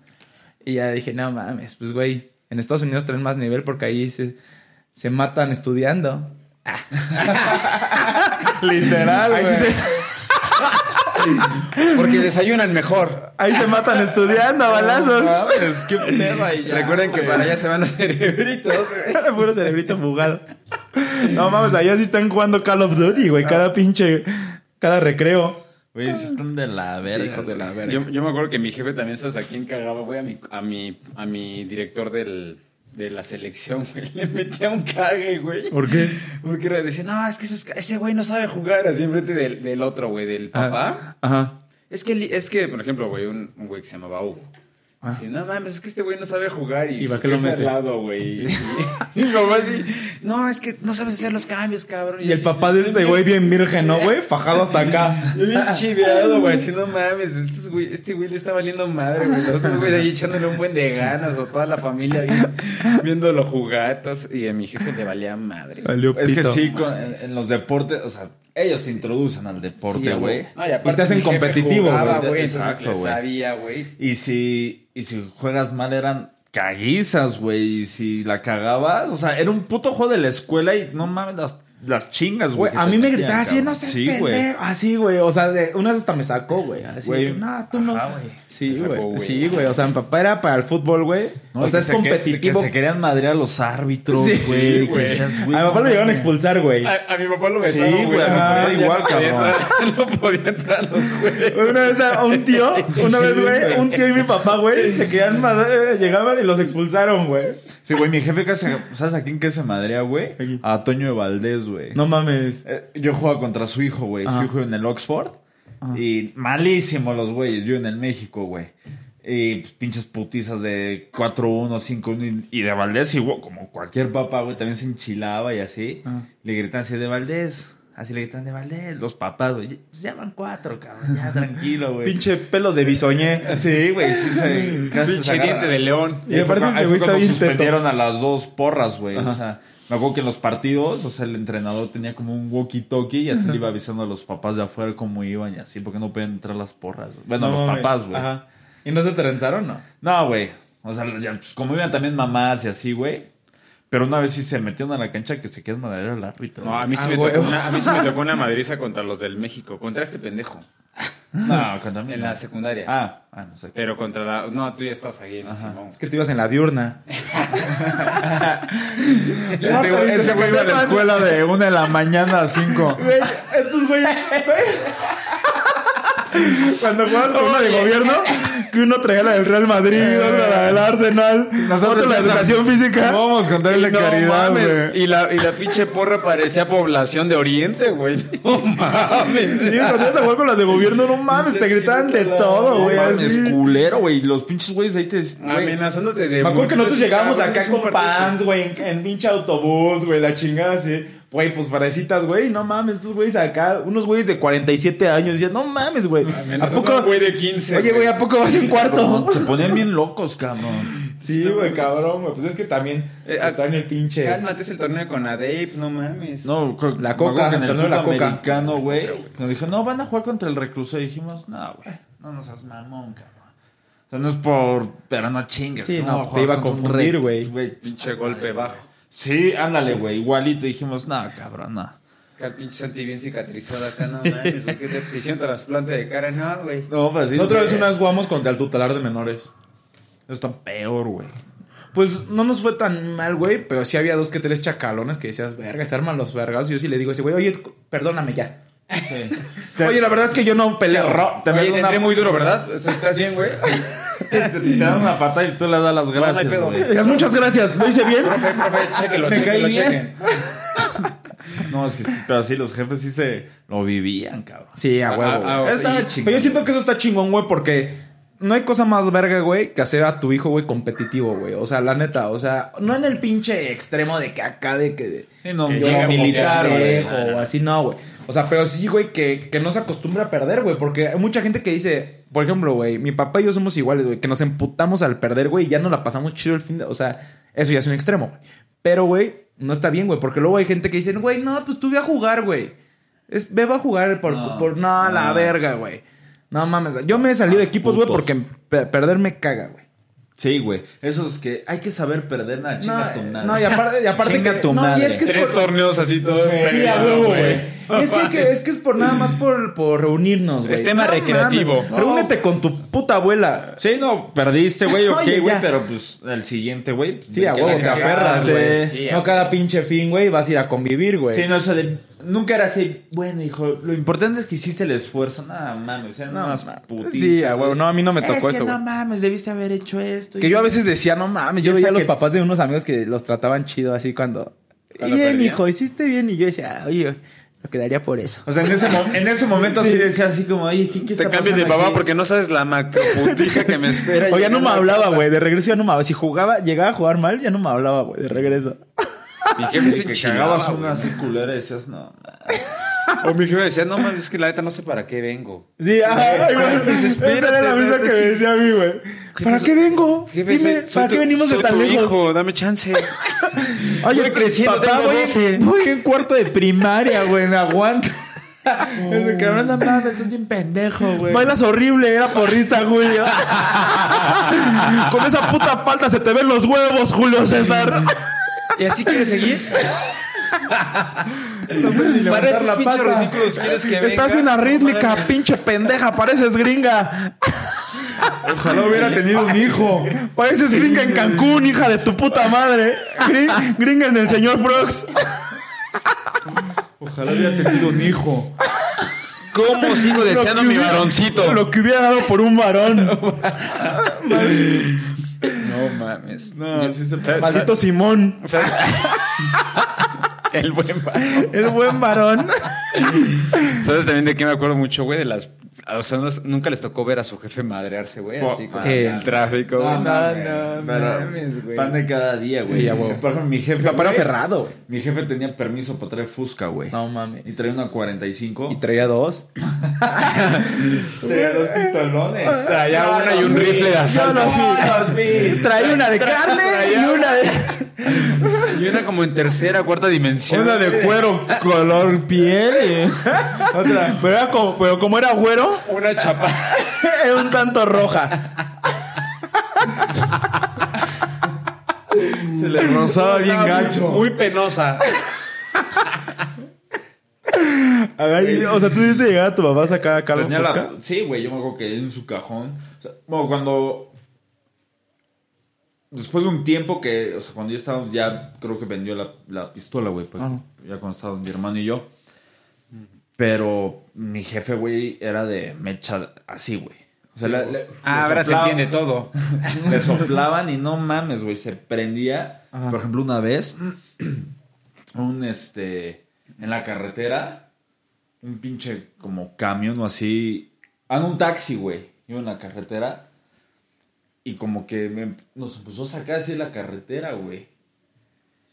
Y ya dije, no mames, pues güey, en Estados Unidos traen más nivel porque ahí se, se matan estudiando. Literal, Ahí, sí güey. se, Porque desayunan mejor. ahí se matan estudiando a balazos. Mames, qué pedo ahí ya, Recuerden que güey. para allá se van los cerebritos. Puro cerebrito fugado. No mames, allá sí están jugando Call of Duty, güey. Cada pinche. Cada recreo. Güey, sí están de la verga. Hijos de la verga. Yo, yo me acuerdo que mi jefe también, ¿sabes a quién cagaba, güey? A mi, a mi, a mi director del, de la selección, güey. Le metía un cague, güey. ¿Por qué? Porque era- decía, no, es que esos ca- ese güey no sabe jugar así enfrente del, del otro, güey, del papá. Ah, Ajá. Es que, li- es que, por ejemplo, güey, un, un güey que se llamaba Hugo. Así, no mames, es que este güey no sabe jugar y, Ah. ¿Y su para qué lo jefe mete? al lado, güey. Y, y mi papá así, no, es que no sabes hacer los cambios, cabrón. Y el así, papá de este güey bien virgen, ¿no, güey? Fajado hasta acá. yo bien chiveado, güey. Así, no mames, estos güey- este güey le está valiendo madre, güey. Los otros güeyes ahí echándole un buen de ganas o toda la familia bien- viéndolo jugar. todos- y a mi jefe le valía madre. Valió Es que pito. sí, con- en, en los deportes, o sea, ellos te introducen al deporte, güey. No, aparte Y te hacen mi jefe competitivo, jugaba, güey. güey. Entonces Exacto, le güey. sabía, güey. y, si, y si juegas mal eran caguizas, güey. Y si la cagabas, o sea, era un puto juego de la escuela y no mames las, las chingas, Güey, güey. que a te mí me metían, gritaba así, cabrón". no seas Sí, pendejo. güey. Así, güey. O sea, de, unas hasta me sacó, güey. Así Güey. de que, no, tú no. Ajá, güey. sí, sacó, güey. güey. Sí, güey. O sea, mi papá era para el fútbol, güey. No, o y sea, que es se que- competitivo. Que, se querían madrear los árbitros, Sí, güey. que güey. decías, a mi güey, papá no lo llegaron a mames. expulsar, güey. A, a mi papá lo Sí, vetaron, güey, a mi papá Ah, ajá, ya igual, no podía cabrón. entrar- No podía entrar a los juegos. Una vez a un tío, una vez, güey, un tío y mi papá, güey, se querían más, eh, llegaban y los expulsaron, güey. Sí, güey, mi jefe casi. ¿Sabes a quién que se madrea, güey? A Toño de Valdés, güey. No mames. Eh, yo jugaba contra su hijo, güey. Ajá. Su hijo en el Oxford. Y malísimo los güeyes. Yo en el México, güey. Y pues, pinches putizas de 4-1, 5-1. Y y de Valdés, igual, como cualquier papá, güey, también se enchilaba y así. Le gritan así de Valdés. Así le gritan de Valdés. Los papás, güey. Pues ya van cuatro, cabrón. Ya tranquilo, güey. Pinche pelo de bisoñé. Sí, güey. Sí, se, casi se Pinche agarra- diente de león. Y aparte Ahí ese fue güey está cuando bien teto. suspendieron a las dos porras, güey. O sea, me acuerdo que en los partidos, o sea, el entrenador tenía como un walkie-talkie y así le iba avisando a los papás de afuera cómo iban y así, porque no podían entrar las porras. güey. Bueno, los mames. papás, güey. Ajá. ¿Y no se trenzaron, no? No, güey. O sea, ya, pues, como iban también mamás y así, güey. Pero una vez sí se metieron a la cancha que se quedó madera el árbitro. No, güey. a mí, sí Ah, me güey. tocó una, a mí sí me tocó una madriza contra los del México. Contra este pendejo. No, contra mí. En no. la secundaria. Ah, ah, no sé. Pero contra la... No, tú ya estás ahí. en Simón. Es que tú ibas en la diurna. Este güey- Ese güey iba a la escuela de una de la mañana a cinco. Güey, estos güeyes. güey. Cuando jugabas con uno de gobierno, que uno traía la del Real Madrid, otra la del Arsenal, otro Eh. la de educación física. No vamos a contarle Y no caridad, mames, güey. Y la, y la pinche porra parecía población de Oriente, güey. No mames. Sí, cuando ibas a jugar con las de gobierno, no mames, te gritaban de todo, güey. Es así. culero, güey. Los pinches güeyes ahí te. güey. Amenazándote de... Me acuerdo que nosotros Sí, llegábamos cabrón, acá es un con partido. pants, güey, en, en pinche autobús, güey, la chingada así. Güey, pues parecitas, güey, no mames, estos güeyes acá, unos güeyes de 47 años, decían, no mames, güey. ¿A Amenazando a poco? un güey de 15, Oye, güey, ¿a poco vas en cuarto? Se ponían bien locos, cabrón. Sí, güey, cabrón, güey. Pues es que también Eh, pues, está en el pinche. Cálmate, es el torneo con Adeip, no mames. No, co- La me acuerdo coca, que en el torneo de la fútbol coca. americano, güey. Nos dijo, no, van a jugar contra el recluso. Y dijimos, no, güey, no nos seas mamón, cabrón. O sea, no es por. Pero no chingues. Sí, no, Vamos te iba a jugar contra un confundir, rec- güey. Pinche golpe bajo. Sí, ándale, güey. Igualito. Dijimos, no, cabrón, no. Acá el pinche Santi bien cicatrizado acá, no mames, güey, que te te hicieron trasplante de cara, no, güey. No, pues sí. Otra vez güey, unas guamos contra el tutelar de menores. Está peor, güey. Pues no nos fue tan mal, güey, pero sí había dos que tres chacalones que decías, verga, se arman los vergas. Yo sí le digo a ese güey, oye, perdóname ya. Te- Oye, la verdad es que yo no te peleo. ro- te Oye, meten te una- entré muy duro, ¿verdad? ¿Estás bien, güey? te, te dan una patada y tú le das las gracias, pedo. güey. Le das Pues, muchas gracias, lo hice bien. Profe, profe, chéquelo, Me chéquelo, caí bien. chequen. No, es que sí, pero sí, los jefes sí se lo vivían, cabrón. Sí, a huevo. Ah, güey. ah, Estaba y- chingón. pero yo siento que eso está chingón, güey, porque no hay cosa más verga, güey, que hacer a tu hijo, güey, competitivo, güey. O sea, la neta, o sea, no en el pinche extremo de que acá, de que. de- Sí, no, Que yo llega militar, güey. pendejo o así, no, güey. O sea, pero sí, güey, que, que no se acostumbra a perder, güey. Porque hay mucha gente que dice, por ejemplo, güey, mi papá y yo somos iguales, güey, que nos emputamos al perder, güey, y ya no la pasamos chido el fin de. O sea, eso ya es un extremo, güey. Pero, güey, no está bien, güey, porque luego hay gente que dice, güey, no, pues tú ve a jugar, güey. Es, ve, va a jugar por. No, por no, la no. Ah, verga, güey. No mames, yo me he salido de equipos, güey, putos. porque pe- perder me caga, güey. Sí, güey. Esos que hay que saber perder nada, chinga tu No, eh, madre. no, y aparte, y aparte Chinga que, tu no, y madre. es que es Tres por- torneos así todo. Sí, a huevo, güey. Y Es que, que- es que es por nada más por, por reunirnos, güey. Es tema recreativo. mames. Reúnete con tu puta abuela. Sí, no, perdiste, güey, ok, Oye, güey, ya. pero pues el siguiente, güey. pues, Sí, a que huevo, la te cagaste. aferras, güey. sí, a no huevo. cada pinche fin, güey, vas a ir a convivir, güey. Sí, no, eso de. Nunca era así. Bueno, hijo, lo importante es que hiciste el esfuerzo. Nada mames, o sea, nada más ma- putiza, Sí, a huevo, no, a mí no me tocó es eso, que güey. no mames, debiste haber hecho esto. Que yo a veces decía, no mames, yo Yo veía a sé los que- papás de unos amigos que los trataban chido así cuando. Cuando bien, perdían. hijo, hiciste bien. Y yo decía, "Ah, oye, lo quedaría por eso. O sea, en ese, mo- en ese momento sí. decía así como, oye, ¿qué, qué Te está cambies de pasando papá aquí? porque no sabes la macroputiza que me espera. O ya no me Llegar a la hablaba, casa. güey. De regreso ya no me hablaba. Si jugaba, llegaba a jugar mal, ya no me hablaba, güey. De regreso. Mi jefe se Que enchilaba, cagabas una así culera y decías, no. güey. O mi jefe decía, no mames, es que la neta no sé para qué vengo. Sí, ajá, ay, güey. desespérate, Esa era la misma neta, que sí. me decía a mí, güey. ¿Para qué vengo? Jefe, Dime, soy- soy ¿para tu- qué venimos de soy tan tu lejos? hijo, dame chance. Oye, Voy creciendo, tengo voy- 12. voy en cuarto de primaria, güey. Me aguanto. Ese cabrón, no mames, estás bien pendejo, güey. Bailas horrible, era porrista, Julio. Con esa puta falta se te ven los huevos, Julio César. ¿Y así quieres seguir? levantar Para estos la pinches pata. ridículos quieres que Estás bien venga? rítmica, pinche pendeja. Pareces gringa. Ojalá hubiera tenido un hijo. Pareces gringa en Cancún, hija de tu puta madre. Grin- Gringa en el señor Frogs. Ojalá hubiera tenido un hijo. ¿Cómo sigo deseando a mi hubiera- varoncito? Lo que hubiera dado por un varón. No mames. No, sí se puede. Maldito Simón. El buen varón. El buen varón. ¿Sabes también de qué me acuerdo mucho, güey? De las. O sea, no- nunca les tocó ver a su jefe madrearse, güey. Así como sí. en el tráfico, güey. no, no, mames, güey. Pan de cada día, güey. Sí, a huevo. Por ejemplo, mi jefe. Papá güey, aferrado, güey. Mi jefe tenía permiso para traer Fusca, güey. No mames. Y traía una 45. Y traía dos. traía dos pistolones. Traía una y un rifle de asalto. Traía una de carne y una de. Y una como en tercera, cuarta dimensión. Una de cuero color piel. y- Pero, era como, pero como era güero, Una chapa. era un tanto roja. Se le rozaba bien gacho. Muy penosa. A ver, o sea, tú dices llegar a tu papá a sacar acá la Tenía la- fusca. Sí, güey, yo me acuerdo que en su cajón. o sea, bueno, cuando. Después de un tiempo que. O sea, cuando ya estábamos, ya creo que vendió la, la pistola, güey. pues, ya cuando estábamos mi hermano y yo. Pero mi jefe, güey, era de mecha así, güey. O sea, le- le- le Ah, ahora se soplaba- entiende todo. Le soplaban y no mames, güey. Se prendía. Por ejemplo, una vez. Un este. En la carretera. Un pinche como camión o así. Ah, no, un taxi, güey. Iba en la carretera. Y como que me- nos puso a sacar así de la carretera, güey.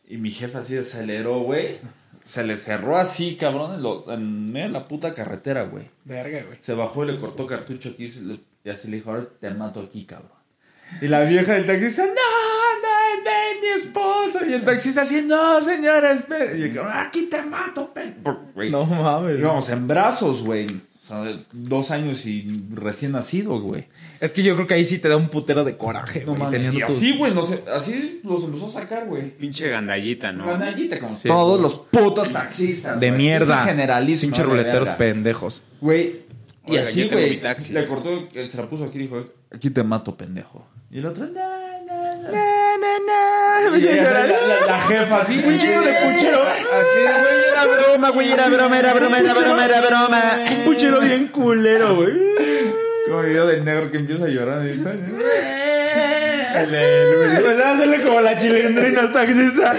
Y mi jefe así aceleró, güey. Se le cerró así, cabrón, en, lo- en medio de la puta carretera, güey. Verga, güey. Se bajó y le cortó cartucho aquí y se le- y así le dijo, ahora te mato aquí, cabrón. Y la vieja del taxista, no, no, es Ben, mi esposo. Y el taxista así, no, señora, espere. Y el cabrón, aquí te mato, Ben. Por- güey. No mames. Íbamos en brazos, güey. O sea, dos años y recién nacido, güey. Es que yo creo que ahí sí te da un putero de coraje, No güey. mames. teniendo Y tus- así, güey, no sé, así los empezó a sacar, güey. Pinche gandallita, ¿no? Canallita, como Sí, todos güey. los putos taxistas. De güey. mierda. Ese Generalismo. Pinche de ruleteros verga. pendejos. Güey, y Oiga, así, yo tengo mi güey. taxi. Le cortó, se la puso aquí y dijo, aquí te mato, pendejo. Y el otro, na, na, na. Na, na, na. Me Y hacía ella, llorar. la, la- la jefa, así, Un chingo de puchero. Así de güey. Era broma, güey. Era broma, era broma, era broma, era broma. Un puchero bien culero, güey. Como video del negro que empieza a llorar. Y dice, Empezaba a hacerle Pues, como la chilindrina al taxista.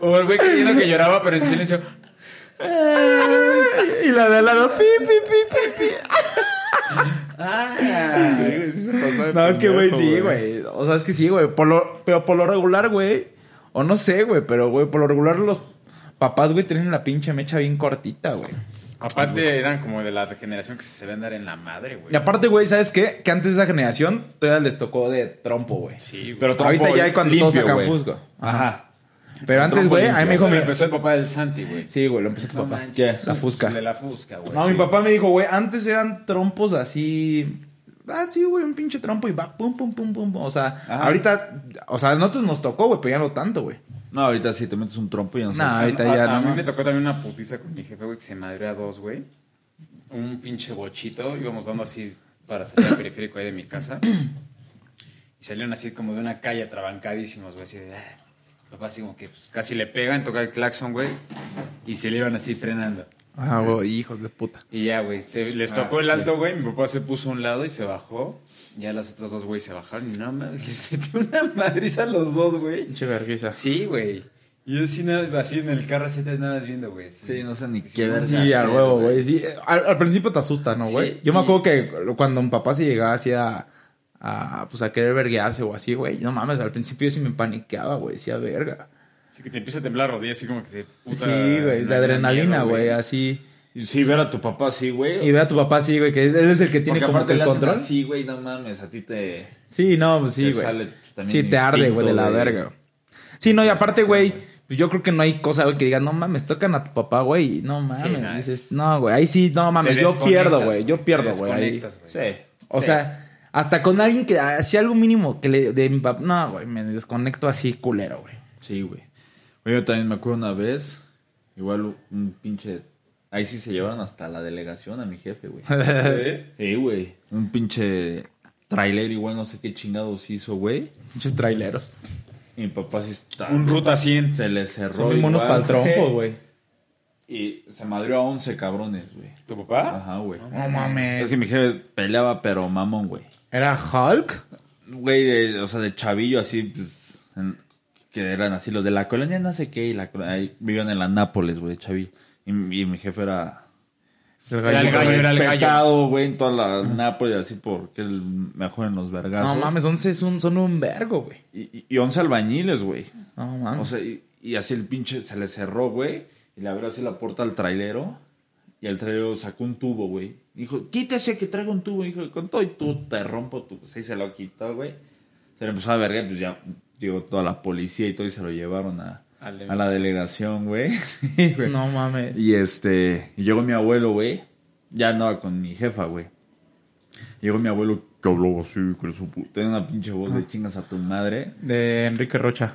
O el güey que diciendo que lloraba, pero en silencio. Y la de al lado, pi, pi, pi, pi. No, es que, güey, sí, güey. O sea, es que sí, güey. Por lo- Pero por lo regular, güey. O no sé, güey. Pero, güey, por lo regular los papás, güey, tienen la pinche mecha bien cortita, güey. Aparte, eran como de la generación que se ven dar en la madre, güey. Y aparte, güey, ¿sabes qué? Que antes de esa generación todavía les tocó de trompo, güey. Sí, güey. Pero Ahorita trompo ya hay cuando limpio, todos sacan güey. fusco. Ajá. Pero antes, güey, a mí me dijo Eso mi... lo empezó el papá del Santi, güey. Sí, güey, lo empezó tu No papá. manches. La fusca. De la fusca, güey. No, Sí. mi papá me dijo, güey, antes eran trompos así. Ah, sí, güey, un pinche trompo y va, pum, pum, pum, pum. pum. O sea, ahorita, o sea, a nosotros nos tocó, güey, pero ya no tanto, güey. No, ahorita sí te metes un trompo y no sé. No, ahorita a, ya a no. mí me mames. tocó también una putiza con mi jefe, güey, que se madre a dos, güey. Un pinche bochito, íbamos dando así para salir al periférico ahí de mi casa. Y salieron así como de una calle atrabancadísimos, güey, así de... ah. Papá así como que pues, casi le pegan, toca el claxon, güey, y se le iban así frenando. Ah, güey, hijos de puta. Y ya, güey, se- les tocó el alto, güey, mi papá se puso a un lado y se bajó. Ya las otras dos, güey, se bajaron y no mames, les metió una madriza a los dos, güey. Pinche vergüenza. Sí, güey. Y yo sí, nada, así en el carro, así te andabas viendo, güey. Sí, Sí, no sé ni qué ver. Sí, a huevo, güey. Sí, al, al principio te asusta, ¿no, güey? Sí. Yo me acuerdo que cuando mi papá se llegaba así a, a, pues, a querer verguearse o así, güey. No mames, al principio yo sí me paniqueaba, güey. Decía, verga. Así que te empieza a temblar la rodilla, así como que te puta. sí, güey, me da la adrenalina, miedo, güey, así. Sí, ver a tu papá así, güey. Y ve a tu papá así, güey, que es- él es el que tiene Porque como que aparte el le hacen control. así, güey, no mames, a ti te... Sí, no, pues sí, Te güey. sale, pues, también Sí, te arde, güey, de la instinto de- verga. Sí, no, y aparte, güey, pues yo creo que no hay cosa, güey, que digas, no mames, tocan a tu papá, güey. y No mames. no, dices, no, güey, ahí sí, no mames, Te yo desconectas, pierdo, güey, yo te pierdo, güey. ahí. desconectas, güey. Sí. O sea, hasta con alguien que hacía algo mínimo que le, de mi papá. No, güey, me desconecto así culero, güey. Sí, güey. Güey, Yo también me acuerdo una vez, igual un pinche... Ahí sí se llevaron hasta la delegación a mi jefe, güey. Sí, güey. Un pinche trailer igual no sé qué chingados hizo, güey. Muchos traileros. Y Mi papá sí está... Un ruta 100. Se le cerró Son bien monos para igual, el trompo, güey. Y se madrió a 11 cabrones, güey. ¿Tu papá? Ajá, güey. No Es mames. que mi jefe peleaba, pero mamón, güey. ¿Era Hulk? Güey, de- o sea, de chavillo así, pues, en- que eran así los de la colonia, no sé qué, y la colonia- ahí vivían en la Nápoles, güey, de chavillo. Y, mi- y mi jefe era El Era el gallo, era el gallo. respetado, güey, en toda la Nápoles, así porque el mejor en los vergazos. No mames, 11 es un, son un vergo, güey. Y, y- y 11 albañiles, güey. No O mames. sea, y, y así el pinche se le cerró, güey, y le abrió así la puerta al trailero, y el trailero sacó un tubo, güey. Dijo, quítese que traigo un tubo, dijo, con todo y tú te rompo tu... Sí, se lo quitó, güey. Se le empezó a verga, pues ya llegó toda la policía y todo, y se lo llevaron a, A la- a la delegación, güey. Sí, güey. no mames. Y este, y llegó mi abuelo, güey. Ya andaba con mi jefa, güey. Llegó mi abuelo que hablaba así, que su puta. Tenía una pinche voz de chingas a tu madre. De Enrique Rocha.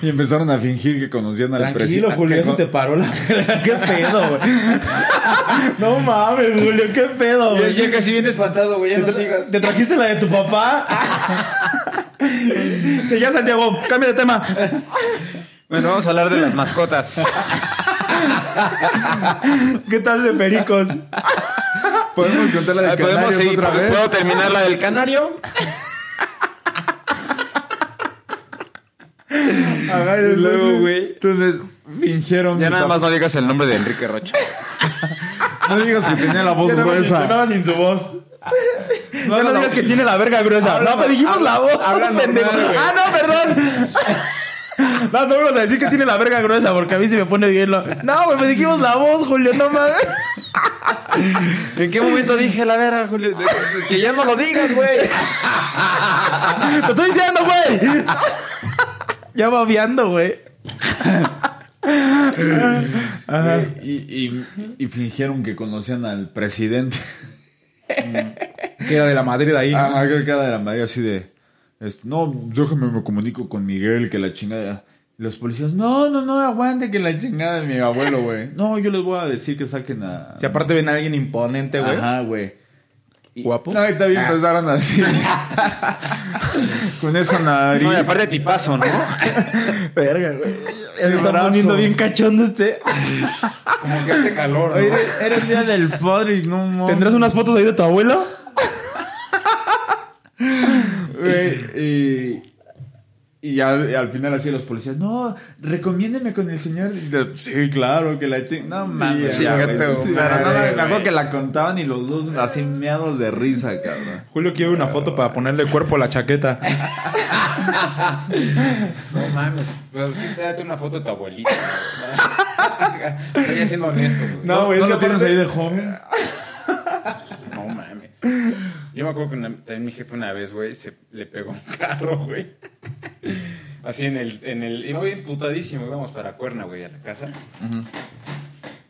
Y empezaron a fingir que conocían al ah, Tranquilo, presidente. Julio, eso te paró la ¿Qué pedo, güey? No mames, Julio, qué pedo, güey. Ya casi bien espantado, güey, ya ¿Te, no tra- sigas. te trajiste la de tu papá? sí, ya, Santiago, cambia de tema. Bueno, vamos a hablar de las mascotas. ¿Qué tal de pericos? Podemos contar la de ¿Podemos Canarias seguir? otra vez. ¿Puedo terminar la del canario? Y luego, güey. Entonces, fingieron. Ya mi nada papá- más no digas el nombre de Enrique Rocha. No digas que tenía la voz gruesa. Nada sin su voz. No, No, no, digas no. que tiene la verga gruesa. no, pero dijimos la voz. pendejo. ah, no, perdón. No, no vamos a decir que tiene la verga gruesa porque a mí se me pone bien. lo- No, güey, me dijimos la voz, Julio, no mames. ¿En qué momento dije la vera, Julio? Que ya no lo digas, güey. Te estoy diciendo, güey. Ya va viando, güey. Y, y, y fingieron que conocían al presidente. Queda de la Madrid ahí. Ajá, ah, creo que era de la María así de. este, no, déjame, me comunico con Miguel, que la chingada. Y Los policías, no, no, no, aguante que la chingada de mi abuelo, güey. No, yo les voy a decir que saquen a. Si aparte ven a alguien imponente, güey. Ajá, güey. Y- Guapo. No, y Ah. también empezaron así. Con esa nariz. No, y aparte pipazo, ¿no? Verga, güey. Me está brazos. poniendo bien cachondo este. Como que hace calor, Oye, ¿no? eres- eres día del padre y no mames. ¿Tendrás unas fotos ahí de tu abuelo? Güey, y. Y ya y al final así los policías, no, recomiéndeme con el señor. Y yo, sí, claro, que la chingada. No mames, Sí, ya, güey. gato, Sí, madre, Pero no, me- me acuerdo güey. que la contaban y los dos así meados de risa, cabrón. Julio quiere una foto para ponerle cuerpo a la chaqueta. No mames. Pero sí, date una foto de tu abuelita. güey. Estaría siendo honesto, güey. No, güey, ¿No es que lo tienes aparte- ahí de joven? No mames. Yo me acuerdo que una- también mi jefe una vez, güey, se le pegó un carro, güey. Así en el, en el, iba bien putadísimo, íbamos para Cuerna, güey, a la casa.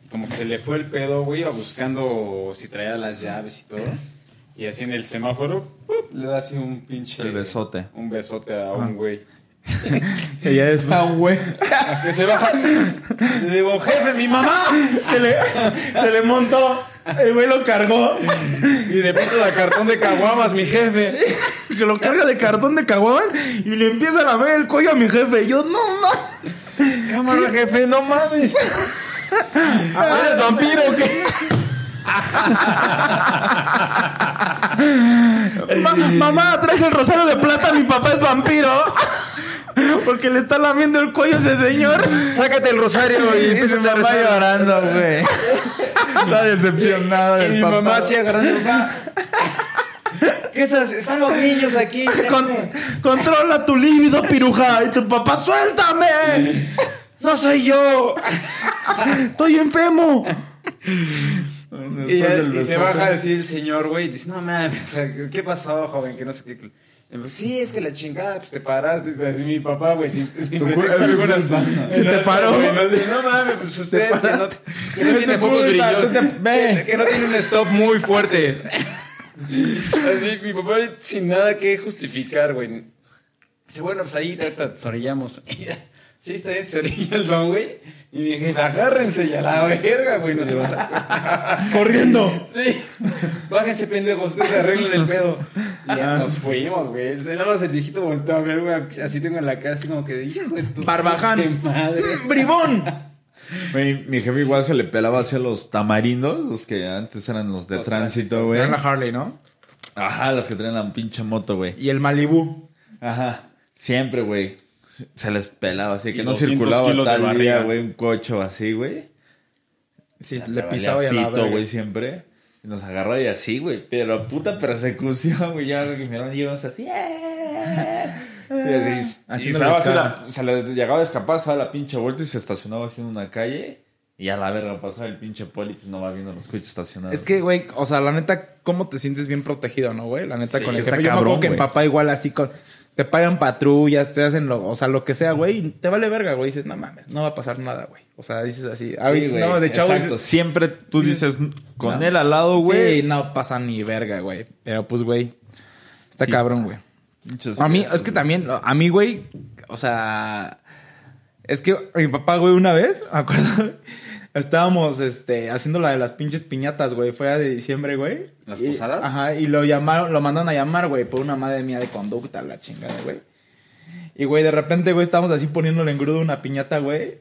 Y Como que se le fue el pedo, güey, iba buscando si traía las llaves y todo. Y así en el semáforo, ¡pup! le da así un pinche... El besote. Ah. Un besote a un güey. Y ya después. Ah, güey. A que se baja. Le digo, jefe, mi mamá. Se le, se le montó. El güey lo cargó. Y de pronto la cartón de caguamas, mi jefe. Que lo carga de cartón de caguamas y le empiezan a ver el cuello a mi jefe. Yo, no mames. Cámara, jefe, no mames. ¿Eres vampiro o qué? Ma- mamá, traes el rosario de plata, mi papá es vampiro. Porque le está lamiendo el cuello a ese señor. Sácate el rosario y empieza a rezar. llorando, güey. Está decepcionado Y del mi papá. mamá así agarrando. "Ma, ¿Qué estás? Están los niños aquí. Con- controla tu líbido, piruja. Y tu papá, suéltame. No soy yo. Estoy enfermo. Y, ya- y se baja a decir el señor, güey, y dice, no mames, o sea, ¿qué pasó, joven? Que no sé qué. Y me dice, Sí, es que la chingada, pues te paraste, dice así mi papá, güey. Si, si, te paró. No, dice, no mames, pues usted que no, que no tiene focos brillantes. Que, que no tiene un stop muy fuerte. Así, mi papá sin nada que justificar, güey. Dice, bueno, pues ahí ahorita nos orillamos. Y ya, Sí, está bien, se orilla el don, güey. Y dije, agárrense ya la verga, güey, no se va a Corriendo. Sí, bájense pendejos, ustedes arreglen el pedo. Y Ah. ya nos fuimos, güey. Se- Nada más el viejito volteó a ver, güey, así tengo en la cara, así como que, hijo de tu Barbaján. Mm, pinche madre. Bribón. Mi, mi jefe igual se le pelaba hacia los tamarindos, los que antes eran los de tránsito, güey. Harley, ¿no? Ajá, las que traen la pinche moto, güey. Y el Malibu. Ajá. Siempre, güey. Se les pelaba, así que Y no 200 circulaba kilos de tal barriga. día, güey, un cocho así, güey. Sí, O sea, le valía pisaba y a la pito, verga. güey, siempre. Y nos agarraba y así, güey. Pero a puta persecución, güey. Ya que miraban, íbamos así. ¡eh! Y así. Así y no se, daba así buscaban. la- se le llegaba a escapar, se daba la pinche vuelta y se estacionaba así en una calle. Y a la verga pasaba el pinche poli, pues no va viendo los coches estacionados. Es que, güey, o sea, la neta, ¿cómo te sientes bien protegido, no, güey? La neta, Sí, con el está jefe. Yo me acuerdo cabrón, que en güey. papá igual así con... Te pagan patrullas, te hacen lo... O sea, lo que sea, güey. y Te vale verga, güey. Dices, no mames, no va a pasar nada, güey. O sea, dices así. Sí, "Ay, güey, no, de chavo Exacto. dices, Siempre tú dices, con No. él al lado, güey, güey. no pasa ni verga, güey. Pero pues, güey, está cabrón, güey. Pinches- A mí, es que también, a mí, güey, o sea, es que mi papá, güey, una vez, me acuerdo, estábamos, este, haciendo la de las pinches piñatas, güey, fue a de diciembre, güey. ¿Las Y- posadas? Ajá, y lo llamaron, lo mandaron a llamar, güey, por una madre mía de conducta, la chingada, güey. Y, güey, de repente, güey, estábamos así poniéndole en grudo una piñata, güey.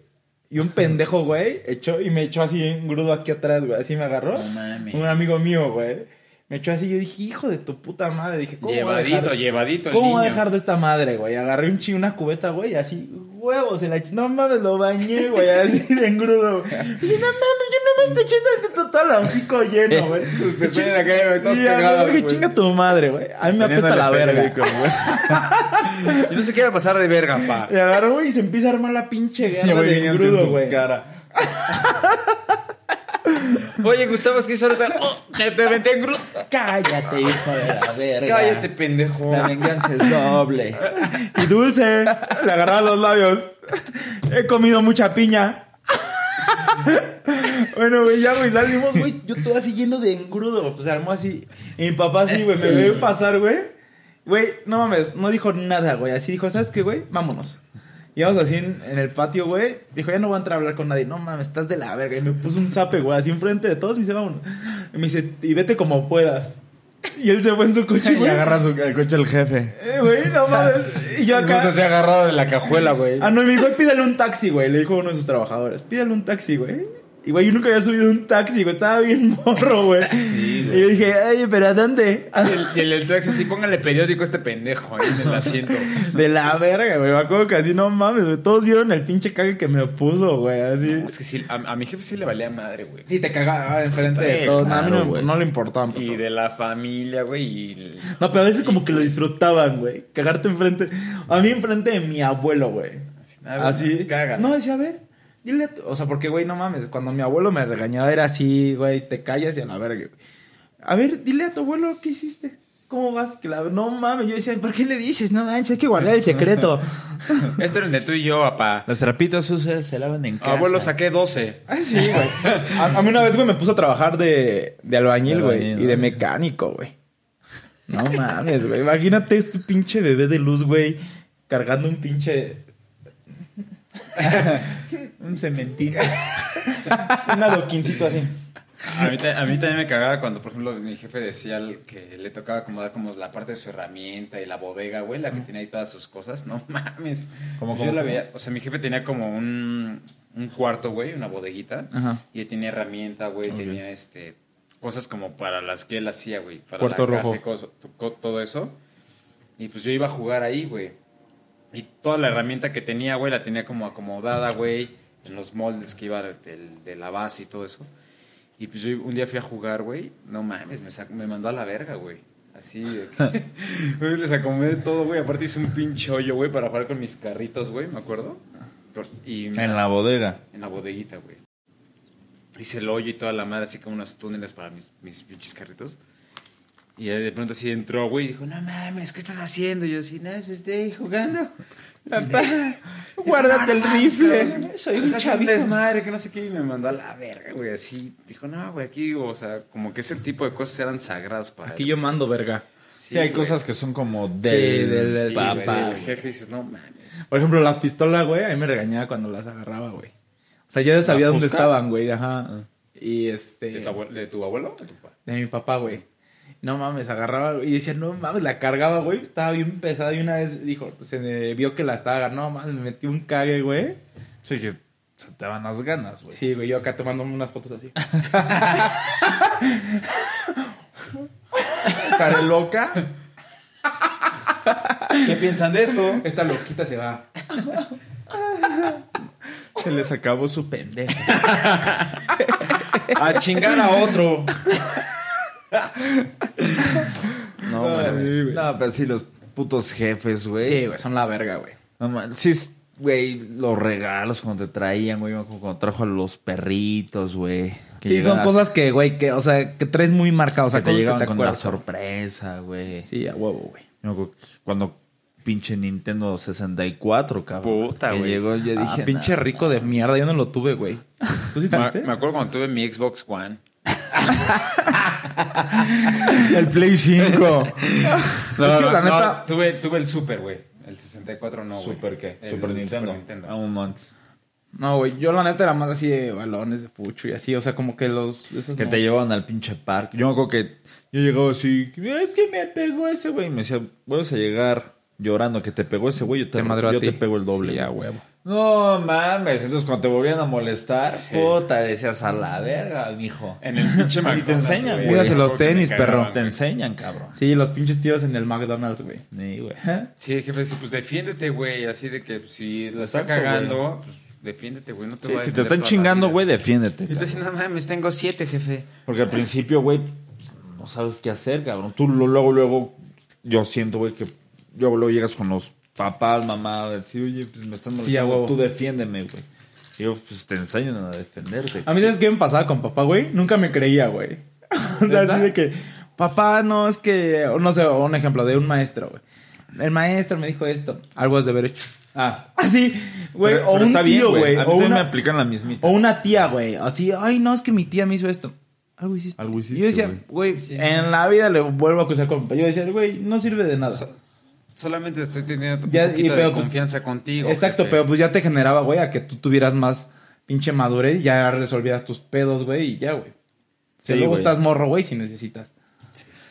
Y un pendejo, güey, echó y me echó así en grudo aquí atrás, güey. Así me agarró. mames. Un amigo mío, güey. Me echó así. Yo dije, hijo de tu puta madre. Dije, ¿cómo voy a dejar- Llevadito, llevadito el ¿Cómo va a niño. dejar de esta madre, güey? Agarré un chi, una cubeta, güey, así, huevos, en la ch- No mames, lo bañé, güey, así de engrudo, güey. Y dije, no mames, yo no me estoy echando total el hocico lleno, güey. Tus pestañas Pues, acá, güey, todas Y a la pegadas, verga, güey. chinga tu madre, güey. A mí me apesta la verga. Yo no sé qué iba a pasar de verga, pa. Y agarró, güey, y se empieza a armar la pinche guerra de engrudo, güey. Oye, Gustavo, es que hizo ahorita. Oh, te metí en grupo. Cállate, hijo de la verga. Cállate, pendejo. La venganza es doble. Y dulce. Le agarraba los labios. He comido mucha piña. Bueno, güey, ya, güey, salimos, güey. Yo todo así lleno de engrudo. Pues se armó así. Y mi papá así, güey, me ve pasar, güey. Güey, no mames, no dijo nada, güey. Así dijo, ¿sabes qué, güey? Vámonos. Y íbamos así en, en el patio, güey. Dijo, ya no voy a entrar a hablar con nadie. No mames, estás de la verga. Y me puso un zape, güey, así enfrente de todos. Me dice, vámonos. Y me dice, y vete como puedas. Y él se fue en su coche, Y güey. agarra su- el coche el jefe. Eh, güey, no mames. Y yo acá. se ha agarrado de la cajuela, güey. Ah, no, y me dijo, "Ay, pídale un taxi, güey. Le dijo a uno de sus trabajadores, pídale un taxi, güey. Y, güey, yo nunca había subido un taxi, güey. Estaba bien morro, güey. y yo dije, ay, pero ¿a dónde? Y el, y el, el taxi, sí, póngale periódico a este pendejo ahí en el asiento. De la verga, güey. Me acuerdo que así, no mames, güey. Todos vieron el pinche cague que me puso, güey. Así. Es que sí, a, a mi jefe sí le valía madre, güey. Sí, te cagaba enfrente de todos. No, a mí no, me- no le importaban. Y de la familia, güey. Y el- No, pero a veces como que lo disfrutaban, güey. Cagarte enfrente. A mí enfrente de mi abuelo, güey. A ver, Así. cágala. No, decía, a ver. Dile, a tu- o sea, porque, güey, no mames. Cuando mi abuelo me regañaba era así, güey, te callas y a la verga. güey. A ver, dile a tu abuelo qué hiciste. ¿Cómo vas? Que la- No mames, yo decía, ¿por qué le dices? No manches, hay que guardar el secreto. Esto era el de tú y yo, papá. Ah. Los trapitos sucios se lavan en casa. Abuelo, saqué 12. Ah, sí, güey. A, a mí una vez, güey, me puso a trabajar de, de albañil, De güey. albañil, Y de ¿no? mecánico, güey. No mames, güey. Imagínate este pinche bebé de luz, güey, cargando un pinche... un cementito. Un adoquincito así. A mí, ta- a mí también me cagaba cuando, por ejemplo, mi jefe decía al- que le tocaba acomodar como la parte de su herramienta y la bodega, güey, la que tenía ahí todas sus cosas. No mames. ¿Cómo, Pues cómo, yo la cómo? veía, o sea, mi jefe tenía como un, un cuarto, güey, una bodeguita. Ajá. Y él tenía herramienta, güey, tenía este cosas como para las que él hacía, güey, para Cuarto la rojo. y coso- to- co- todo eso. Y pues yo iba a jugar ahí, güey. Y toda la herramienta que tenía, güey, la tenía como acomodada, güey, en los moldes que iba del- de la base y todo eso. Y pues yo un día fui a jugar, güey. No mames, me, sac- me mandó a la verga, güey. Así de que. Güey, les acomodé todo, güey. Aparte hice un pinche hoyo, güey, para jugar con mis carritos, güey, me acuerdo. Y En la bodega. en la bodeguita, güey. Hice el hoyo y toda la madre, así como unos túneles para mis, mis pinches carritos. Y él de pronto así entró, güey, y dijo, no mames, ¿qué estás haciendo? Y yo así, no, pues estoy jugando. Papá, guárdate el rifle. Soy un chavito. desmadre, que no sé qué, y me mandó a la verga, güey, así. Dijo, no, güey, aquí, o sea, como que ese tipo de cosas eran sagradas para Aquí él. yo mando, verga. Sí, hay güey. cosas que son como Sí, del- del, del- Sí, güey, papá. El jefe dices, no mames. Por ejemplo, las pistolas, güey, a mí me regañaba cuando las agarraba, güey. O sea, ya sabía dónde fusca? Ah. estaban, güey, ajá. Y ¿De este... tu abuelo, de tu abuelo o de tu papá? De mi papá, güey. No mames, agarraba güey, y decía, no mames, la cargaba, güey. Estaba bien pesada y una vez dijo, se me vio que la estaba agarrando. No mames, me metí un cague, güey. Sí, que se te van las ganas, güey. Sí, güey, yo acá tomándome unas fotos así. Cara loca. ¿Qué piensan de esto? Esta loquita se va. Se les acabó su pendejo. A chingar a otro. No, mames. No, pero sí, los putos jefes, güey. Sí, güey, son la verga, güey. No man- sí, es- güey, los regalos cuando te traían, güey, me acuerdo cuando trajo a los perritos, güey. que Sí, son llegabas- cosas que, güey, que, o sea, que traes muy marcadas. O sea, que te cosas llegaban que te con la acuerdas. sorpresa, güey. Sí, a huevo, güey. Me acuerdo que Cuando pinche Nintendo 64, cabrón. Puta, que güey. llegó, yo Ah, dije, pinche "Nah". rico de mierda, yo no lo tuve, güey. ¿Tú sí Me, tuviste? me acuerdo cuando tuve mi Xbox One. el Play 5. No, Es que la neta- tuve, tuve el Super, güey. El 64 no, güey. ¿Super qué? El Super Nintendo. Ah, Aún antes. No, güey, yo la neta era más así de balones de pucho y así. O sea, como que los... esos Que Pues no. te llevaban al pinche parque. Yo me acuerdo que yo llegaba así, es que me pegó ese güey. Y me decía, vuelves a llegar llorando que te pegó ese güey, yo te, Te madreo a yo ti. te pego el doble. Sí, a huevo. No mames, entonces cuando te volvían a molestar, puta, decías a la verga, mijo. En el pinche Y te enseñan, güey. Cuídase los tenis, perro. Te enseñan, cabrón. Sí, los pinches tíos en el McDonald's, güey. Sí, güey. Sí, el jefe dice, pues defiéndete, güey. Así de que pues, si la está Exacto, cagando, pues defiéndete, güey. No te Sí, voy a si te defender están toda la chingando, vida. güey, defiéndete. Y te dicen, no mames, tengo siete, jefe. Porque al principio, güey, pues, no sabes qué hacer, cabrón. Tú lo- luego, luego, yo siento, güey, que luego, luego llegas con los papás, mamá, a decir, oye, pues me están Sí, a molestando, huevo. tú defiéndeme, güey. Y yo, pues te enseñan a defenderte. A mí, ¿sabes qué me pasaba con papá, güey? Nunca me creía, güey. O sea, así de que, papá, no, es que, o no sé, o un ejemplo de un maestro, güey. El maestro me dijo esto, algo es de haber hecho. Ah, Así, güey, pero- o pero un está bien, tío, güey. A mí O, también me una- aplican la mismita. o una tía, güey. Así, ay, no, es que mi tía me hizo esto. Algo hiciste. Algo hiciste, Y yo decía, güey, en la vida le vuelvo a acusar con papá. Yo decía, güey, no sirve de nada. Solamente estoy teniendo un Ya, poquito y pero, de pues, confianza contigo. Exacto, jefe. pero pues ya te generaba, güey, a que tú tuvieras más pinche madurez, ya resolvieras tus pedos, güey, y ya, güey. Si Sí, luego güey. estás morro, güey, si necesitas.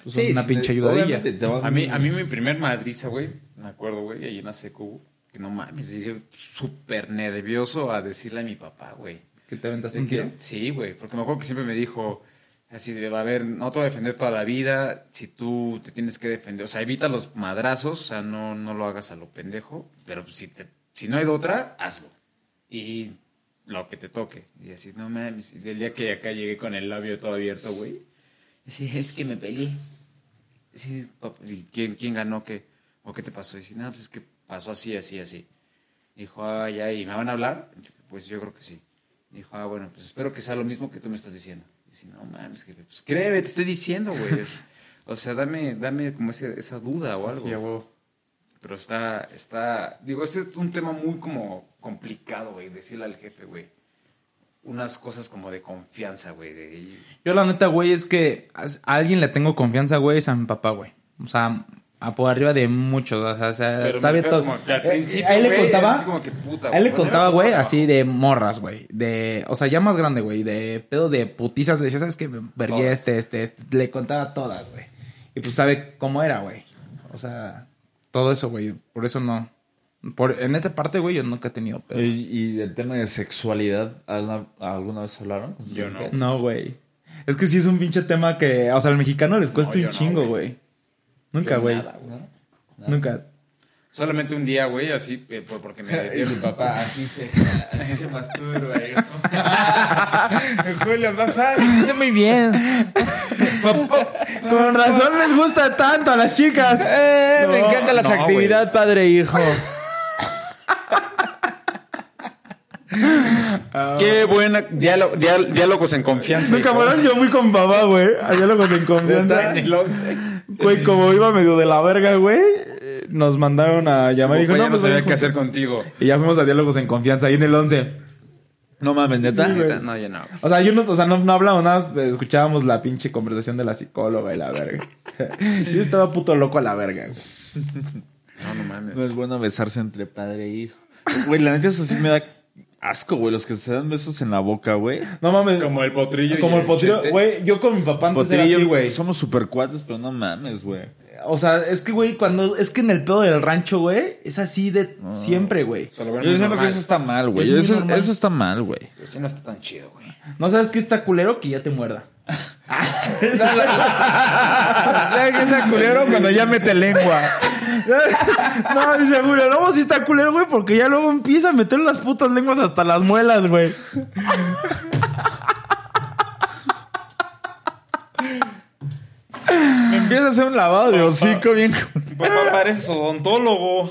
Pues, una pinche ayudadilla. obviamente te van- A mí, a mí mi primer madriza, güey, me acuerdo, güey, ahí en la secu, que no mames, llegué súper nervioso a decirle a mi papá, güey. Que te aventaste ¿De un qué? tiro. Sí, güey, porque me acuerdo que siempre me dijo, así de, a ver, no te voy a defender toda la vida, si tú te tienes que defender, o sea, evita los madrazos, o sea, no, no lo hagas a lo pendejo, pero si, te, si no hay de otra, hazlo. Y lo que te toque. Y así, no mames, y del día que acá llegué con el labio todo abierto, güey. Sí, es que me peleé. Sí, papá, ¿y quién, quién ganó qué? ¿O qué te pasó? Y dice, no, pues es que pasó así, así, así. Dijo, ah, ya, ¿y me van a hablar? Pues yo creo que sí. Dijo, ah, bueno, pues espero que sea lo mismo que tú me estás diciendo. Dice, no mames, jefe, pues créeme, te estoy diciendo, güey. O sea, dame, dame como ese- esa duda o algo. Sí, a huevo. Pero está, está, digo, este es un tema muy como complicado, güey, decirle al jefe, güey. Unas cosas como de confianza, güey. De... Yo la neta, güey, es que a a alguien le tengo confianza, güey, es a mi papá, güey. O sea, a por arriba de muchos, o sea, o sea, Pero me sabe refiero todo. como que al Eh, principio, a él le güey, contaba, así como que puta, a él le güey, Pues, contaba, me güey, costaba así de morras, güey, de, o sea, ya más grande, güey, de pedo de putizas, le decía, ¿sabes qué? Me vergué Todas. este, este, este", le contaba todas, güey. Y pues sabe cómo era, güey. O sea, todo eso, güey, por eso no. Por, en esa parte, güey, yo nunca he tenido pedo. Y, y del tema de sexualidad, ¿alguna, alguna vez hablaron? Yo no. No, güey. Es que sí es un pinche tema que, o sea, al mexicano les cuesta yo un no, chingo, güey. Nunca, Yo güey. nada, Nunca. Solamente un día, güey, así, eh, por- porque me metió mi papá, así se, así se masturba. güey. Julio, papá, está muy bien. Con razón les gusta tanto a las chicas. Eh, me encantan las no, güey. actividades padre-hijo. Qué buena. diálo- diál- diálogos en confianza. Nunca fueron yo muy con papá, güey. Allá lo en confianza. Güey, como iba medio de la verga, güey, nos mandaron a llamar y dijo, Papá, ya no, no pues sabía vamos qué hacer juntos". contigo. Y ya fuimos a diálogos en confianza, ahí en el 11. No mames, neta. Sí, güey. No, yo no. O sea, yo no, o sea, no, no hablamos nada, más, pues, escuchábamos la pinche conversación de la psicóloga y la verga. yo estaba puto loco a la verga, güey. No, no mames. No es bueno besarse entre padre e hijo. Güey, la neta, eso sí me da asco, güey. Los que se dan besos en la boca, güey. No mames. Como el potrillo. y Como el potrillo, chente. güey, yo con mi papá antes era Potrillo, así, güey. Somos super cuates, pero no mames, güey. O sea, es que, güey, cuando... Es que en el pedo del rancho, güey, es así de Ah. siempre, güey. Se lo ven Yo muy siento que normal. eso está mal, güey. Es muy Eso, normal. eso está mal, güey. Sí, no está tan chido, güey. No sabes qué está culero que ya te muerda. culero cuando ya mete lengua. no, dice Julio, no, sí está culero, güey, porque ya luego empieza a meter las putas lenguas hasta las muelas, güey. Me empieza a hacer un lavado de hocico bien. Papá parece odontólogo.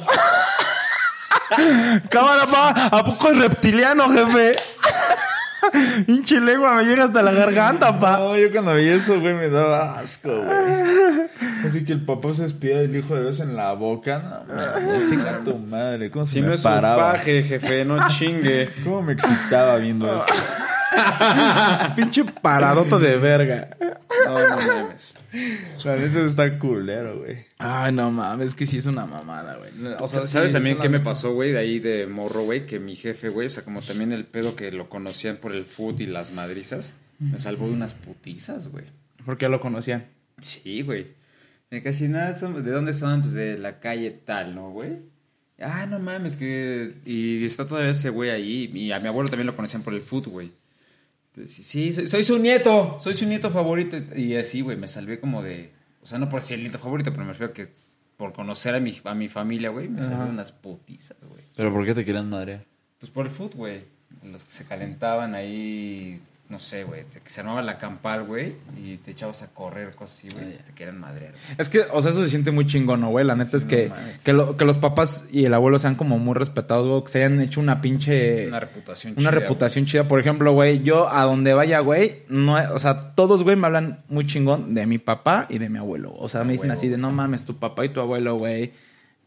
Cámara, pa, ¿a poco es reptiliano, jefe? Pinche lengua me llega hasta la garganta, pa. No, yo cuando vi eso, güey, me daba asco, güey. Así que el papá se despide del hijo de Dios en la boca. No, mames, chinga tu madre. ¿Cómo se Si me no es un paraba? paje, jefe, no chingue. ¿Cómo me excitaba viendo eso? Pinche paradota de verga. No, no mames. La neta está culero, güey. Ay, no mames, que sí es una mamada, güey. O sea, sí, ¿Sabes es también una- qué me pasó, güey? De ahí de morro, güey, que mi jefe, güey, o sea, como también el pedo que lo conocían por el foot y las madrizas, me salvó de unas putizas, güey. Porque ya lo conocía. Sí, güey. De casi nada, son- ¿de dónde son? Pues de la calle tal, ¿no, güey? Ah, no mames, que... Y está todavía ese güey ahí, y a mi abuelo también lo conocían por el foot, güey. Entonces, Sí, soy, soy su nieto, soy su nieto favorito. Y así, güey, me salvé como de... O sea, no por ser el nieto favorito, pero me refiero que por conocer a mi, a mi familia, güey, me salvé de unas putizas, güey. ¿Pero por qué te querían madre? Pues por el foot, güey. Los que se calentaban ahí, no sé, güey. te- Que se armaba la campal, güey. Y te echabas a correr, cosas así, güey. Te querían madrear. güey. Es que, o sea, eso se siente muy chingón, ¿no, güey. La neta es no que, mames. que, lo- que los papás y el abuelo sean como muy respetados, güey. Que se hayan hecho una pinche. Una reputación Eh, una chida, reputación chida. Por ejemplo, güey, yo a donde vaya, güey, no, o sea, todos, güey, me hablan muy chingón de mi papá y de mi abuelo. O sea, Ah, me dicen huevo. así de, no mames, tu papá y tu abuelo, güey,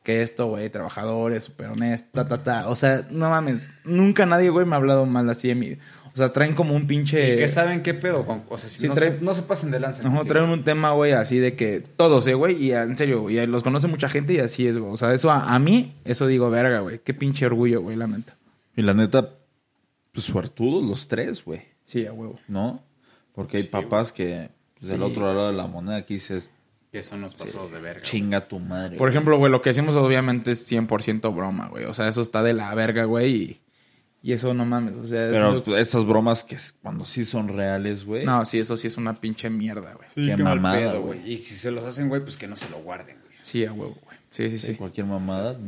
que esto, güey, trabajadores, súper honesto, ta, ta, ta. O sea, no mames, nunca nadie, güey, me ha hablado mal así de mí. O sea, traen como un pinche... güey. Que saben qué pedo. con- o sea, si Sí, no, trae- se, no se pasen de lanza. Ajá, contigo. traen un tema, güey, así de que todos, eh, güey, y en serio, güey, los conoce mucha gente y así es, güey. O sea, eso a, a mí, eso digo, verga, güey, qué pinche orgullo, güey, la neta. Y la neta, pues suertudos los tres, güey. Sí, a huevo. ¿No? Porque hay papás que pues, del Sí. otro lado de la moneda aquí dices, Que son los pasados de verga. chinga tu madre. Por ejemplo, güey, lo que hicimos obviamente es 100% broma, güey. O sea, eso está de la verga, güey, y, y eso no mames, o sea... Pero pues, eso- tú- estas bromas que s- cuando sí son reales, güey. no, sí, eso sí es una pinche mierda, güey. qué, qué mal mamada, Pedo, güey. güey. Y si se los hacen, güey, pues que no se lo guarden, güey. Sí, a huevo, güey. Sí, sí, sí. Cualquier mamada, Díganlo.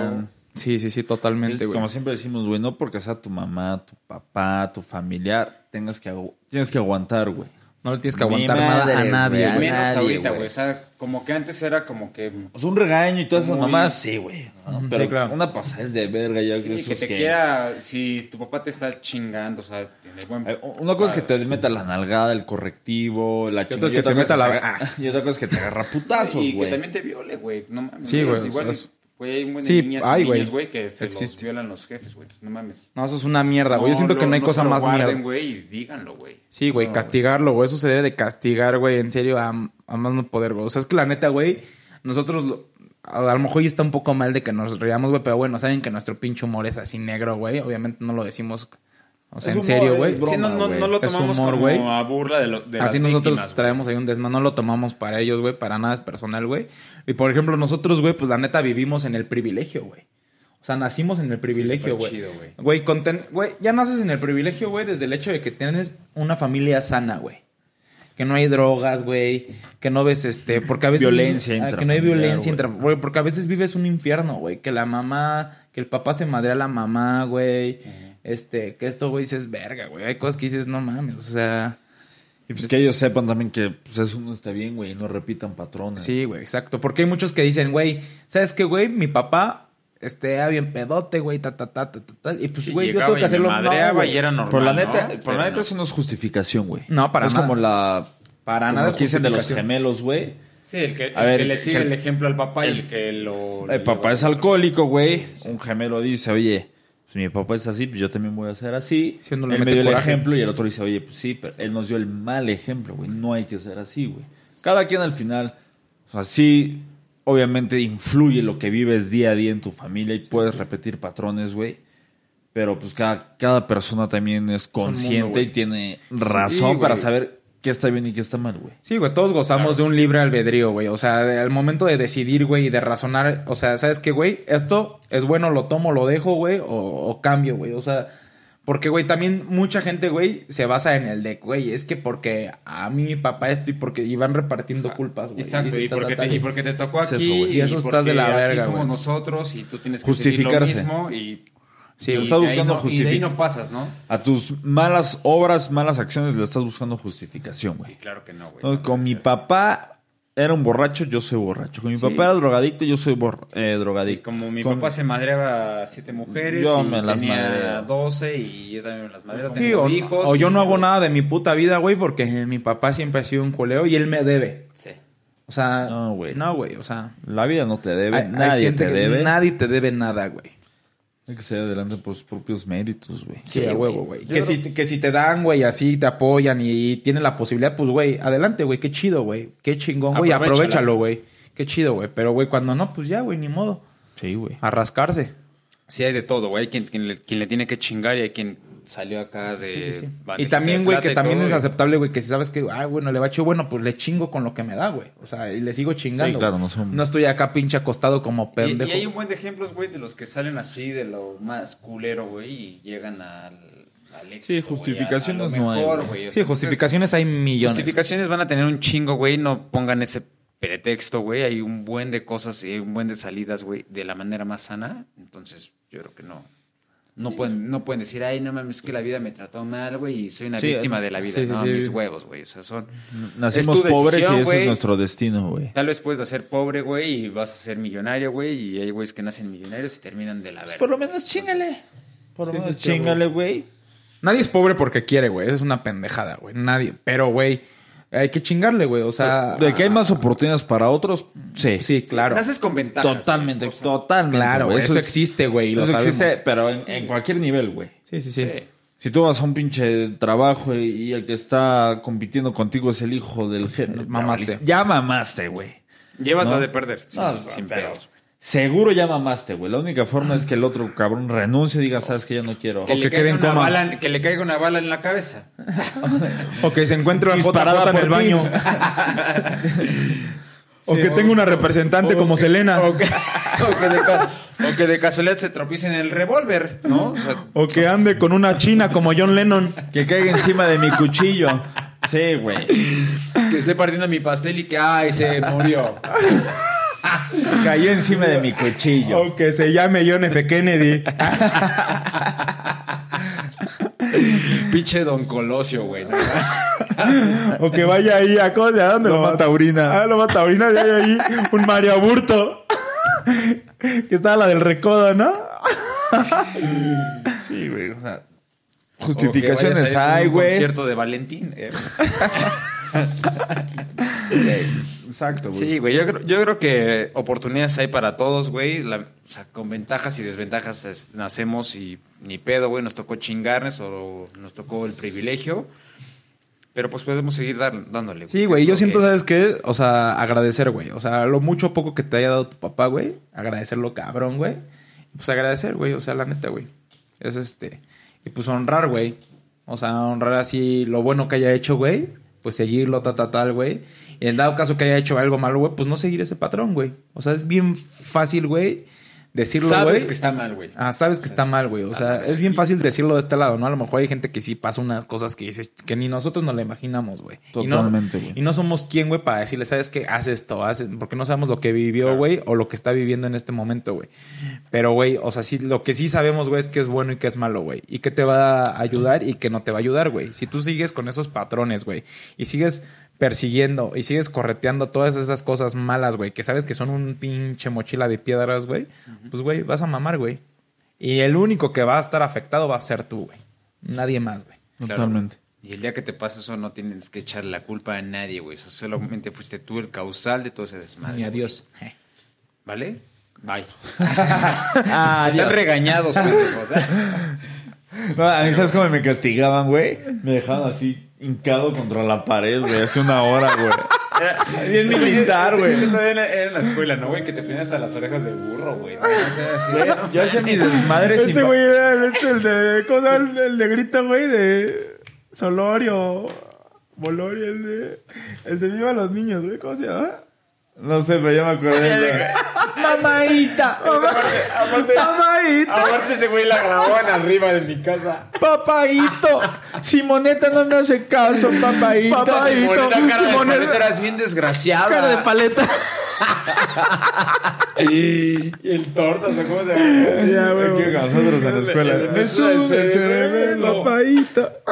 digan. Sí, sí, sí, Es totalmente, güey. Como siempre decimos, güey, no porque sea tu mamá, tu papá, tu familiar, tengas que agu- tienes que aguantar, güey. O No le tienes que aguantar nada a nadie, Menos güey. nadie, ahorita, güey. güey. O sea, como que antes era como que. O sea, un regaño y todas esas Muy- mamás, sí, güey. ¿no? Pero sí, claro. una pasada es de verga ya sí, esos que te que- quiera. Si tu papá te está chingando, o sea, tiene buen. Eh, Una cosa es que te meta la nalgada, el correctivo, la otra chingada, es que te meta la- aga- ah, Y otra cosa es que te agarra putazos, Y güey. que también te viole, güey. No mames. O Sí, sea, güey, Igual, o sea, güey, hay un buen sí, de niñas hay, y güey. niños, güey, que se los Existe. violan los jefes, güey. Entonces, No mames. No, eso es una mierda, güey. Yo siento que no hay lo- cosa se lo más guarden, mierda. güey, y díganlo, güey. Sí, güey, castigarlo, güey. Eso se debe de castigar, güey. En serio, a, a más no poder, güey. O sea, es que la neta, güey, nosotros lo- a, a lo mejor ya está un poco mal de que nos reamos, güey. Pero bueno, saben que nuestro pinche humor es así negro, güey. Obviamente no lo decimos, o sea, Es en humor, serio, es güey. broma, Sí, no, no, güey. no lo Es tomamos humor, como güey. a burla de, lo, de las Así nosotros víctimas, güey. traemos ahí un desmán, no lo tomamos para ellos, güey, para nada es personal, güey. Y por ejemplo, nosotros, güey, pues la neta vivimos en el privilegio, güey. O sea, nacimos en el privilegio, súper güey. chido, güey. Güey, conten- güey, ya naces en el privilegio, güey, desde el hecho de que tienes una familia sana, güey. Que no hay drogas, güey. Que no ves este. Porque a veces. Violencia Ah, Que no hay intrafamiliar, violencia güey. intra. Güey, porque a veces vives un infierno, güey. Que la mamá. Que el papá se madre a la mamá, güey. Este. Que esto, güey, dices verga, güey. Hay cosas que dices, no mames, o sea. Y pues que ellos sepan también que pues, eso no está bien, güey. Y no repitan patrones. Sí, güey, exacto. Porque hay muchos que dicen, güey, ¿sabes qué, güey? Mi papá este, era bien pedote, güey, ta, ta, ta, ta, ta, tal. Y pues, Sí, güey, yo llegaba tengo que y me hacerlo. madreaba No, güey. y era normal, Por la neta, ¿no? por Pero la neta no. eso no es justificación, güey. No, para es nada. Es como la... Para como nada los es que dicen de los justificación. gemelos, güey. Sí, el que, el A ver, que le que- sigue que- el ejemplo al papá y el que lo... El papá es alcohólico, güey. Un gemelo dice, oye, pues mi papá es así, pues yo también voy a ser así. Sí, uno le él mete me dio el coraje. ejemplo y el otro dice, oye, pues sí, pero él nos dio el mal ejemplo, güey. No hay que ser así, güey. Cada quien al final, o sea, sí, obviamente influye lo que vives día a día en tu familia y puedes repetir patrones, güey. Pero pues cada, cada persona también es consciente y tiene razón güey. para saber qué está bien y qué está mal, güey. Sí, güey, todos gozamos de un libre albedrío, güey. O sea, de- al momento de decidir, güey, y de razonar, o sea, ¿sabes qué, güey? Esto es bueno, lo tomo, lo dejo, güey, o, o cambio, güey. O sea, porque, güey, también mucha gente, güey, se basa en el de, güey, es que porque a mi papá esto y porque y van repartiendo culpas, güey. Exacto, dices, y ta, ta, porque, ta, te, y porque te tocó Es eso, aquí güey. Y eso estás de la porque verga, Así somos güey. nosotros y tú tienes que Justificarse. seguir lo mismo y... Sí, y güey. Estás de ahí buscando no- Y de ahí justific- no pasas, ¿no? A tus malas obras, malas acciones le estás buscando justificación, güey. Claro que no, güey. Pues, Entonces, No con puede mi ser. papá era un borracho, yo soy borracho. Con mi papá era drogadicto, yo soy borra- eh, Y drogadicto. como mi Con- papá se madreaba a siete mujeres Yo y me las tenía madreo. 12 y yo también me las madreo, Sí, tengo o, hijos. o y- yo no hago nada de mi puta vida, güey, porque eh, mi papá siempre ha sido un culeo y él me debe. Sí. O sea, No, güey. No, güey, o sea, La vida no te debe, hay- hay nadie gente te que debe. nadie te debe nada, güey. Hay que ser adelante por sus propios méritos, güey. Sí, a huevo, güey. Yo Que, creo- si, que si te dan, güey, así te apoyan y, tienes la posibilidad, pues, güey, adelante, güey, qué chido, güey. Qué chingón, güey, Aprovechala. aprovechalo, güey. Qué chido, güey. Pero, güey, cuando no, pues ya, güey, ni modo. Sí, güey. A rascarse. Sí, hay de todo, güey. Hay quien, quien le, quien le tiene que chingar y hay quien salió acá de. Sí, sí, sí. Y bandejita también, de güey, plata que y también todo, es y- aceptable, güey, que si sabes que, ah, bueno, le va chido, bueno, pues le chingo con lo que me da, güey. O sea, y le sigo chingando. claro, güey. no son- estoy acá pinche acostado como Y, pendejo. y hay un buen de ejemplos, güey, de los que salen así de lo más culero, güey, y llegan al, al éxito. güey, a- a lo justificaciones no hay, mejor, güey. güey. O sí, sea, justificaciones hay millones. Justificaciones van a tener un chingo, güey. No pongan ese pretexto, güey. Hay un buen de cosas y hay un buen de salidas, güey, de la manera más sana. Entonces, yo creo que no. No, pueden, no pueden decir, ay, no mames, es que la vida me trató mal, güey, y soy una Sí, víctima de la vida. sí, sí, no, sí. mis huevos, güey. O sea, son. Nacimos Es tu pobres decisión, y ese es güey. nuestro destino, güey. Tal vez puedes ser pobre, güey, y vas a ser millonario, güey. Y hay güeyes que nacen millonarios y terminan de la verga. Pues Por lo menos chingale. Por lo Sí, sí, menos sí, chingale, güey. Nadie es pobre porque quiere, güey. Esa es una pendejada, güey. Nadie. Pero, güey, hay que chingarle, güey. O sea. ah, De que hay más oportunidades para otros, sí. Sí, claro. Naces con ventajas. güey. Totalmente, O sea, totalmente. Claro, güey. eso, existe, güey. y Lo eso sabemos. existe, pero en, en cualquier nivel, güey. Sí, sí, sí. sí. Si tú vas a un pinche trabajo y, y el que está compitiendo contigo es el hijo del jefe. Mamaste. Ya mamaste, güey. Llevas No. la de perder. Sin, No, pues, sin pero- pedos, güey. Seguro ya mamaste, güey. La única forma es que el otro cabrón renuncie y diga, sabes que ya no quiero. Que, que le quede en caiga una coma. bala, en- que le caiga una bala en la cabeza. O que se encuentre una Disparada JJ en por el ti. baño. o que tenga una representante como Selena. O que, o, que de, ca- o que de casualidad se tropiece en el revólver, ¿no? O sea, ande con una china como John Lennon. Que caiga encima de mi cuchillo. Sí, güey. que esté partiendo mi pastel y que, ay, se murió. Cayó encima de mi cuchillo. O que se llame John F. Kennedy. Pinche Don Colosio, güey. ¿no? O que vaya ahí a ¿cómo se llama? ¿A dónde Loma va? Taurina. Ah, Loma Taurina, y hay ahí un Mario Aburto. que estaba la del recodo, ¿no? Sí, güey. O sea, O que vayas a ir justificaciones con hay, un güey. concierto de Valentín. eh. Exacto, güey. Sí, güey, yo creo, yo creo que oportunidades hay para todos, güey. La- o sea, con ventajas y desventajas es- nacemos y ni pedo, güey. Nos tocó chingarnos o nos tocó el privilegio. Pero pues podemos seguir dar- dándole. Sí, güey, Es yo lo siento, que- ¿sabes qué? O sea, agradecer, güey. O sea, lo mucho o poco que te haya dado tu papá, güey. Agradecerlo, cabrón, güey. Pues agradecer, güey. O sea, la neta, güey. Es este. Y pues honrar, güey. O sea, honrar así lo bueno que haya hecho, güey. Pues seguirlo, ta, ta, tal, güey. Y en el dado caso que haya hecho algo malo, güey, pues no seguir ese patrón, güey. O sea, es bien fácil, güey, decirlo, güey. Sabes que está Ah, mal, güey. Ah, sabes que está mal, güey. O sea, es bien fácil decirlo de este lado, ¿no? A lo mejor hay gente que sí pasa unas cosas que dices que ni nosotros nos la imaginamos, güey. Y no- Totalmente, güey. Y no somos quién, güey, para decirle, ¿sabes qué? Haz esto, haz esto", Porque no sabemos lo que vivió, güey, o lo que está viviendo en este momento, güey. Pero, güey, o sea, sí, lo que sí sabemos, güey, es que es bueno y que es malo, güey. Y que te va a ayudar y que no te va a ayudar, güey. Si tú sigues con esos patrones, güey, y sigues persiguiendo y sigues correteando todas esas cosas malas, güey, que sabes que son un pinche mochila de piedras, güey, pues, güey, vas a mamar, güey. Y el único que va a estar afectado va a ser tú, güey. Nadie más, güey. Claro. Totalmente. Y el día que te pasa eso no tienes que echar la culpa a nadie, güey. O sea, solamente fuiste tú el causal de todo ese desmadre. Ni adiós. güey. ¿Vale? Bye. Están regañados, pendejos. Ah, No, a mí, ¿sabes cómo me castigaban, güey? Me dejaban así hincado contra la pared, güey, hace una hora, güey. Bien militar, güey. Eso todavía era era en la escuela, ¿no, güey? Que te ponías a las orejas de burro, güey. ¿no? O sea, así de, Yo hacía mis desmadres Este sin- güey era el, este, el de. ¿Cómo se llama el, el negrito, güey? De. Solorio. Bolorio, el de. El de Viva los Niños, güey. ¿Cómo se llama? No sé, pero ya me acordé. güey. Mamaita. Mamaita. Aparte ese güey la grababan arriba de mi casa. Papaito. Simoneta no me hace caso, papaito. Papaito. Simoneta, cara de paleta, Simoneta. eras bien desgraciada. Cara de paleta. y el tortas, ¿no? ¿cómo se llama? Ya, güey. Aquí con nosotros en la escuela. Me sube el cerebelo. Papaito.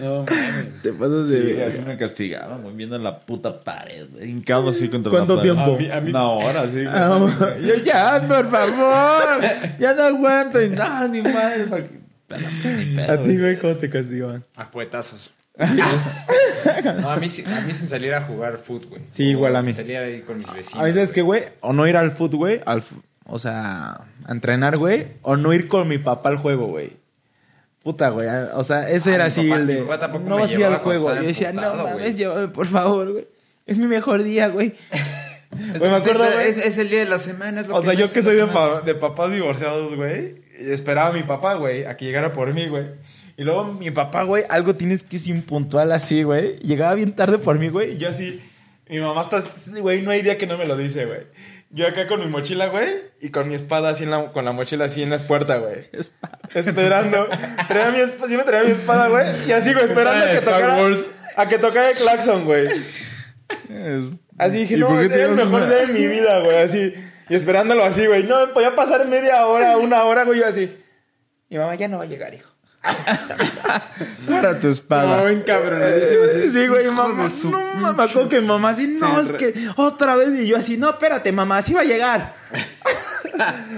No, mames. Te pasas Sí, de. así me castigaban, güey, viendo la puta pared, güey, hincado así contra ¿Cuánto la pared. tiempo? A mí- a mí- Una hora, sí. güey. Ah, Yo ya, por favor. Ya no aguanto. Y no, ni madre. pa' que- Pero, pues, ni pedo, A ti, güey. güey, ¿cómo te castigaban? A puetazos. No, a mí, sí- a mí sin salir a jugar fútbol, güey. Sí, igual a Sin mí. Salir ahí con mis vecinos. A veces que, güey, o no ir al fútbol, güey, al fu- o sea, a entrenar, güey, o no ir con mi papá al juego, güey. Puta, güey, a- o sea, ese Ah, era mi así papá- el mi de papá tampoco no me vas a ir llevaba al cuando juego. estaba Yo decía, no emputado, mames, güey". llévame, por favor, güey. Es mi mejor día, güey. Güey, pues, me acuerdo, güey. es, es el día de la semana. es lo O sea, yo más que soy de, pasa nada. pa- de papás divorciados, güey, esperaba a mi papá, güey, a que llegara por mí, güey. Y luego mi papá, güey, algo tienes que es impuntual así, güey. Llegaba bien tarde por mí, güey, y yo así, mi mamá está, así, güey, no hay día que no me lo dice, güey. Yo acá con mi mochila, güey, y con mi espada así en la, con la mochila así en la puerta, güey. Esperando. Traía mi esp- sí me traía mi espada, güey, y así, güey, esperando a que tocara, a que tocara el claxon, güey. Así dije, ¿Y no, por qué es el tenías mejor una- día de mi vida, güey, así. Y esperándolo así, güey. No, podía pasar media hora, una hora, güey, yo así. Mi mamá ya no va a llegar, hijo. Para tu espada. No, encabronadísimo. así. Sí, güey, mamá. No, mamá, como que mamá así, no, es que otra vez. Y yo así, no, espérate, mamá, sí va a llegar.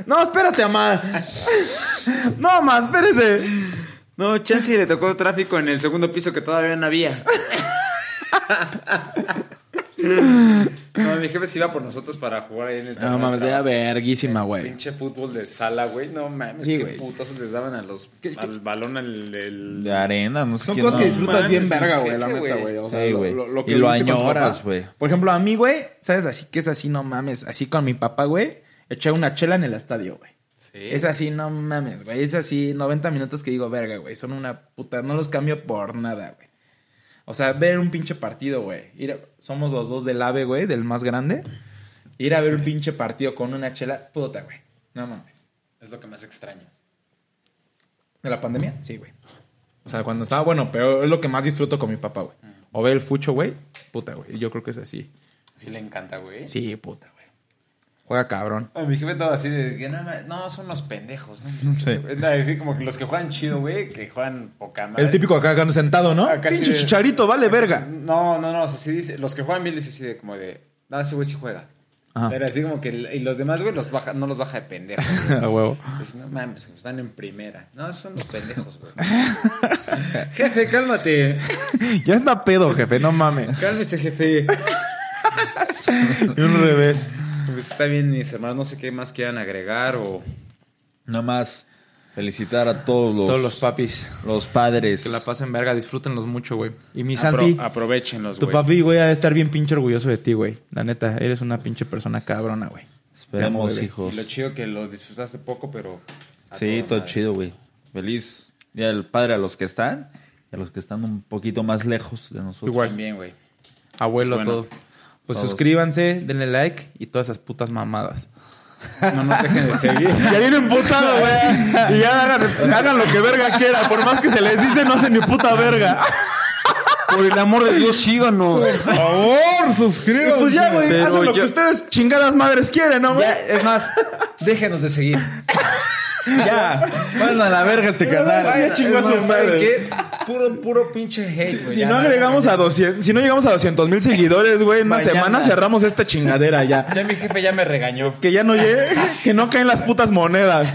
no, espérate, mamá. no, mamá, espérese. No, Chelsea le tocó tráfico en el segundo piso que todavía no había. no, mi jefe se iba por nosotros para jugar ahí en el No, mames, era verguísima, güey. Pinche fútbol de sala, güey. No mames, Sí, qué güey. putazos les daban a los, al balón, al... el- De arena, no sé Son quién, cosas que no. disfrutas mames, bien mi verga, güey, jefe, la neta, güey. güey. O sea, Sí, lo, güey. lo- lo Y lo viviste con tu añoras, papá. güey. Por ejemplo, a mí, güey, ¿sabes? Así que es así, no mames. Así con mi papá, güey, eché una chela en el estadio, güey. Sí. Es así, no mames, güey. Es así, 90 minutos que digo, verga, güey. Son una puta. No los cambio por nada, güey. O sea, ver un pinche partido, güey. Ir a- Somos los dos del AVE, güey, del más grande. Ir a ver un pinche partido con una chela, puta, güey. No mames. Es lo que más extrañas. ¿De la pandemia? Sí, güey. O sea, cuando estaba bueno, pero es lo que más disfruto con mi papá, güey. O ver el fucho, güey. Puta, güey. Yo creo que es así. Sí le encanta, güey. Sí, puta, güey. Juega cabrón. Ay, mi jefe estaba así de que no, ma- no, son unos pendejos, ¿no? Sí. Es decir, como que los que juegan chido, güey, que juegan poca madre. El típico acá acá sentado, ¿no? Acá sí Ah, Pinche de- chicharito, vale verga. No, no, no, o sea, sí dice, los que juegan bien dice así de como de, no, ese güey sí juega. Ajá. Pero así como que, el- y los demás, güey, los baja, no los baja de pendejos. güey. A huevo. Dice, no mames, están en primera. No, son los pendejos, güey. jefe, cálmate. Ya está pedo, jefe, no mames. Cálmese, jefe. Y un revés. Pues está bien, mis hermanos, no sé qué más quieran agregar o... Nada más felicitar a todos los, Todos los papis. los padres. Que la pasen verga, disfrútenlos mucho, güey. Ah, Y mi Apro- Santi, aprovechenlos, tu güey. papi, pues, güey, ha de estar bien pinche orgulloso de ti, güey. La neta, eres una pinche persona cabrona, güey. Te amo, Esperemos, bebé. hijos. Y lo chido que lo disfrutaste poco, pero... a Sí, toda todo madre. chido, güey. Feliz Día del Padre a los que están y a los que están un poquito más lejos de nosotros. Igual. También, güey. Abuelo, Pues bueno, todo. Pues todos. suscríbanse, denle like y todas esas putas mamadas. No nos dejen de seguir. Ya viene emputado, güey. Y ya hagan, hagan lo que verga quiera. Por más que se les dice, no hacen ni puta verga. Por el amor de Dios, síganos. favor, suscríbanse. Pues ya, güey, Pero hacen lo ya- que ustedes chingadas madres quieren, ¿no, güey? Ya, es más, déjenos de seguir. Ya, van a la verga este Es que canal. ya chingó a su madre. Puro, puro pinche hate, güey. Si Pues Ya, no ya, agregamos a 200, si no llegamos a 200 mil seguidores, güey, en una Mañana. semana cerramos esta chingadera ya. Ya mi jefe ya me regañó. Que ya no llegue, que no caen las putas monedas.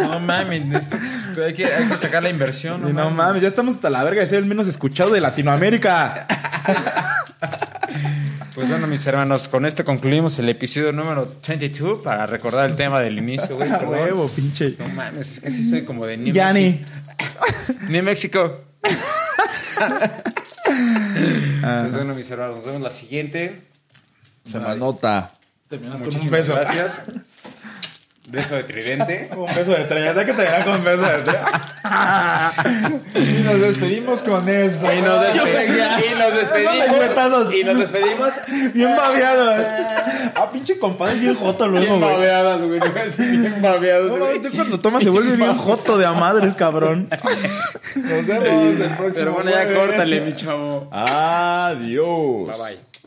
No mames, esto- esto hay, que, hay que sacar la inversión. Y no mames, ya estamos hasta la verga de ser el menos escuchado de Latinoamérica. Pues bueno, mis hermanos, con esto concluimos el episodio número 32 para recordar el tema del inicio, güey. A perdón. huevo, pinche. No mames, es que sí soy como de New Yani. Mexi- New Mexico. Ah. Pues bueno, mis hermanos, nos vemos la siguiente. Se me nota. Con un beso. gracias. Beso de tridente. Un beso de tres. Ya sé que te verá con un beso de tres. Y nos despedimos con esto. Y nos, despe- y nos despedimos. Huetazos. Y nos despedimos. Bien babeado. Ah, pinche compadre, bien joto luego, Bien güey. babeadas, güey. Bien babeadas, No mames, güey. tú cuando toma se vuelve bien joto de a madres, cabrón. Nos vemos el próximo Pero bueno, ya jueves. córtale, mi chavo. Adiós. Bye bye.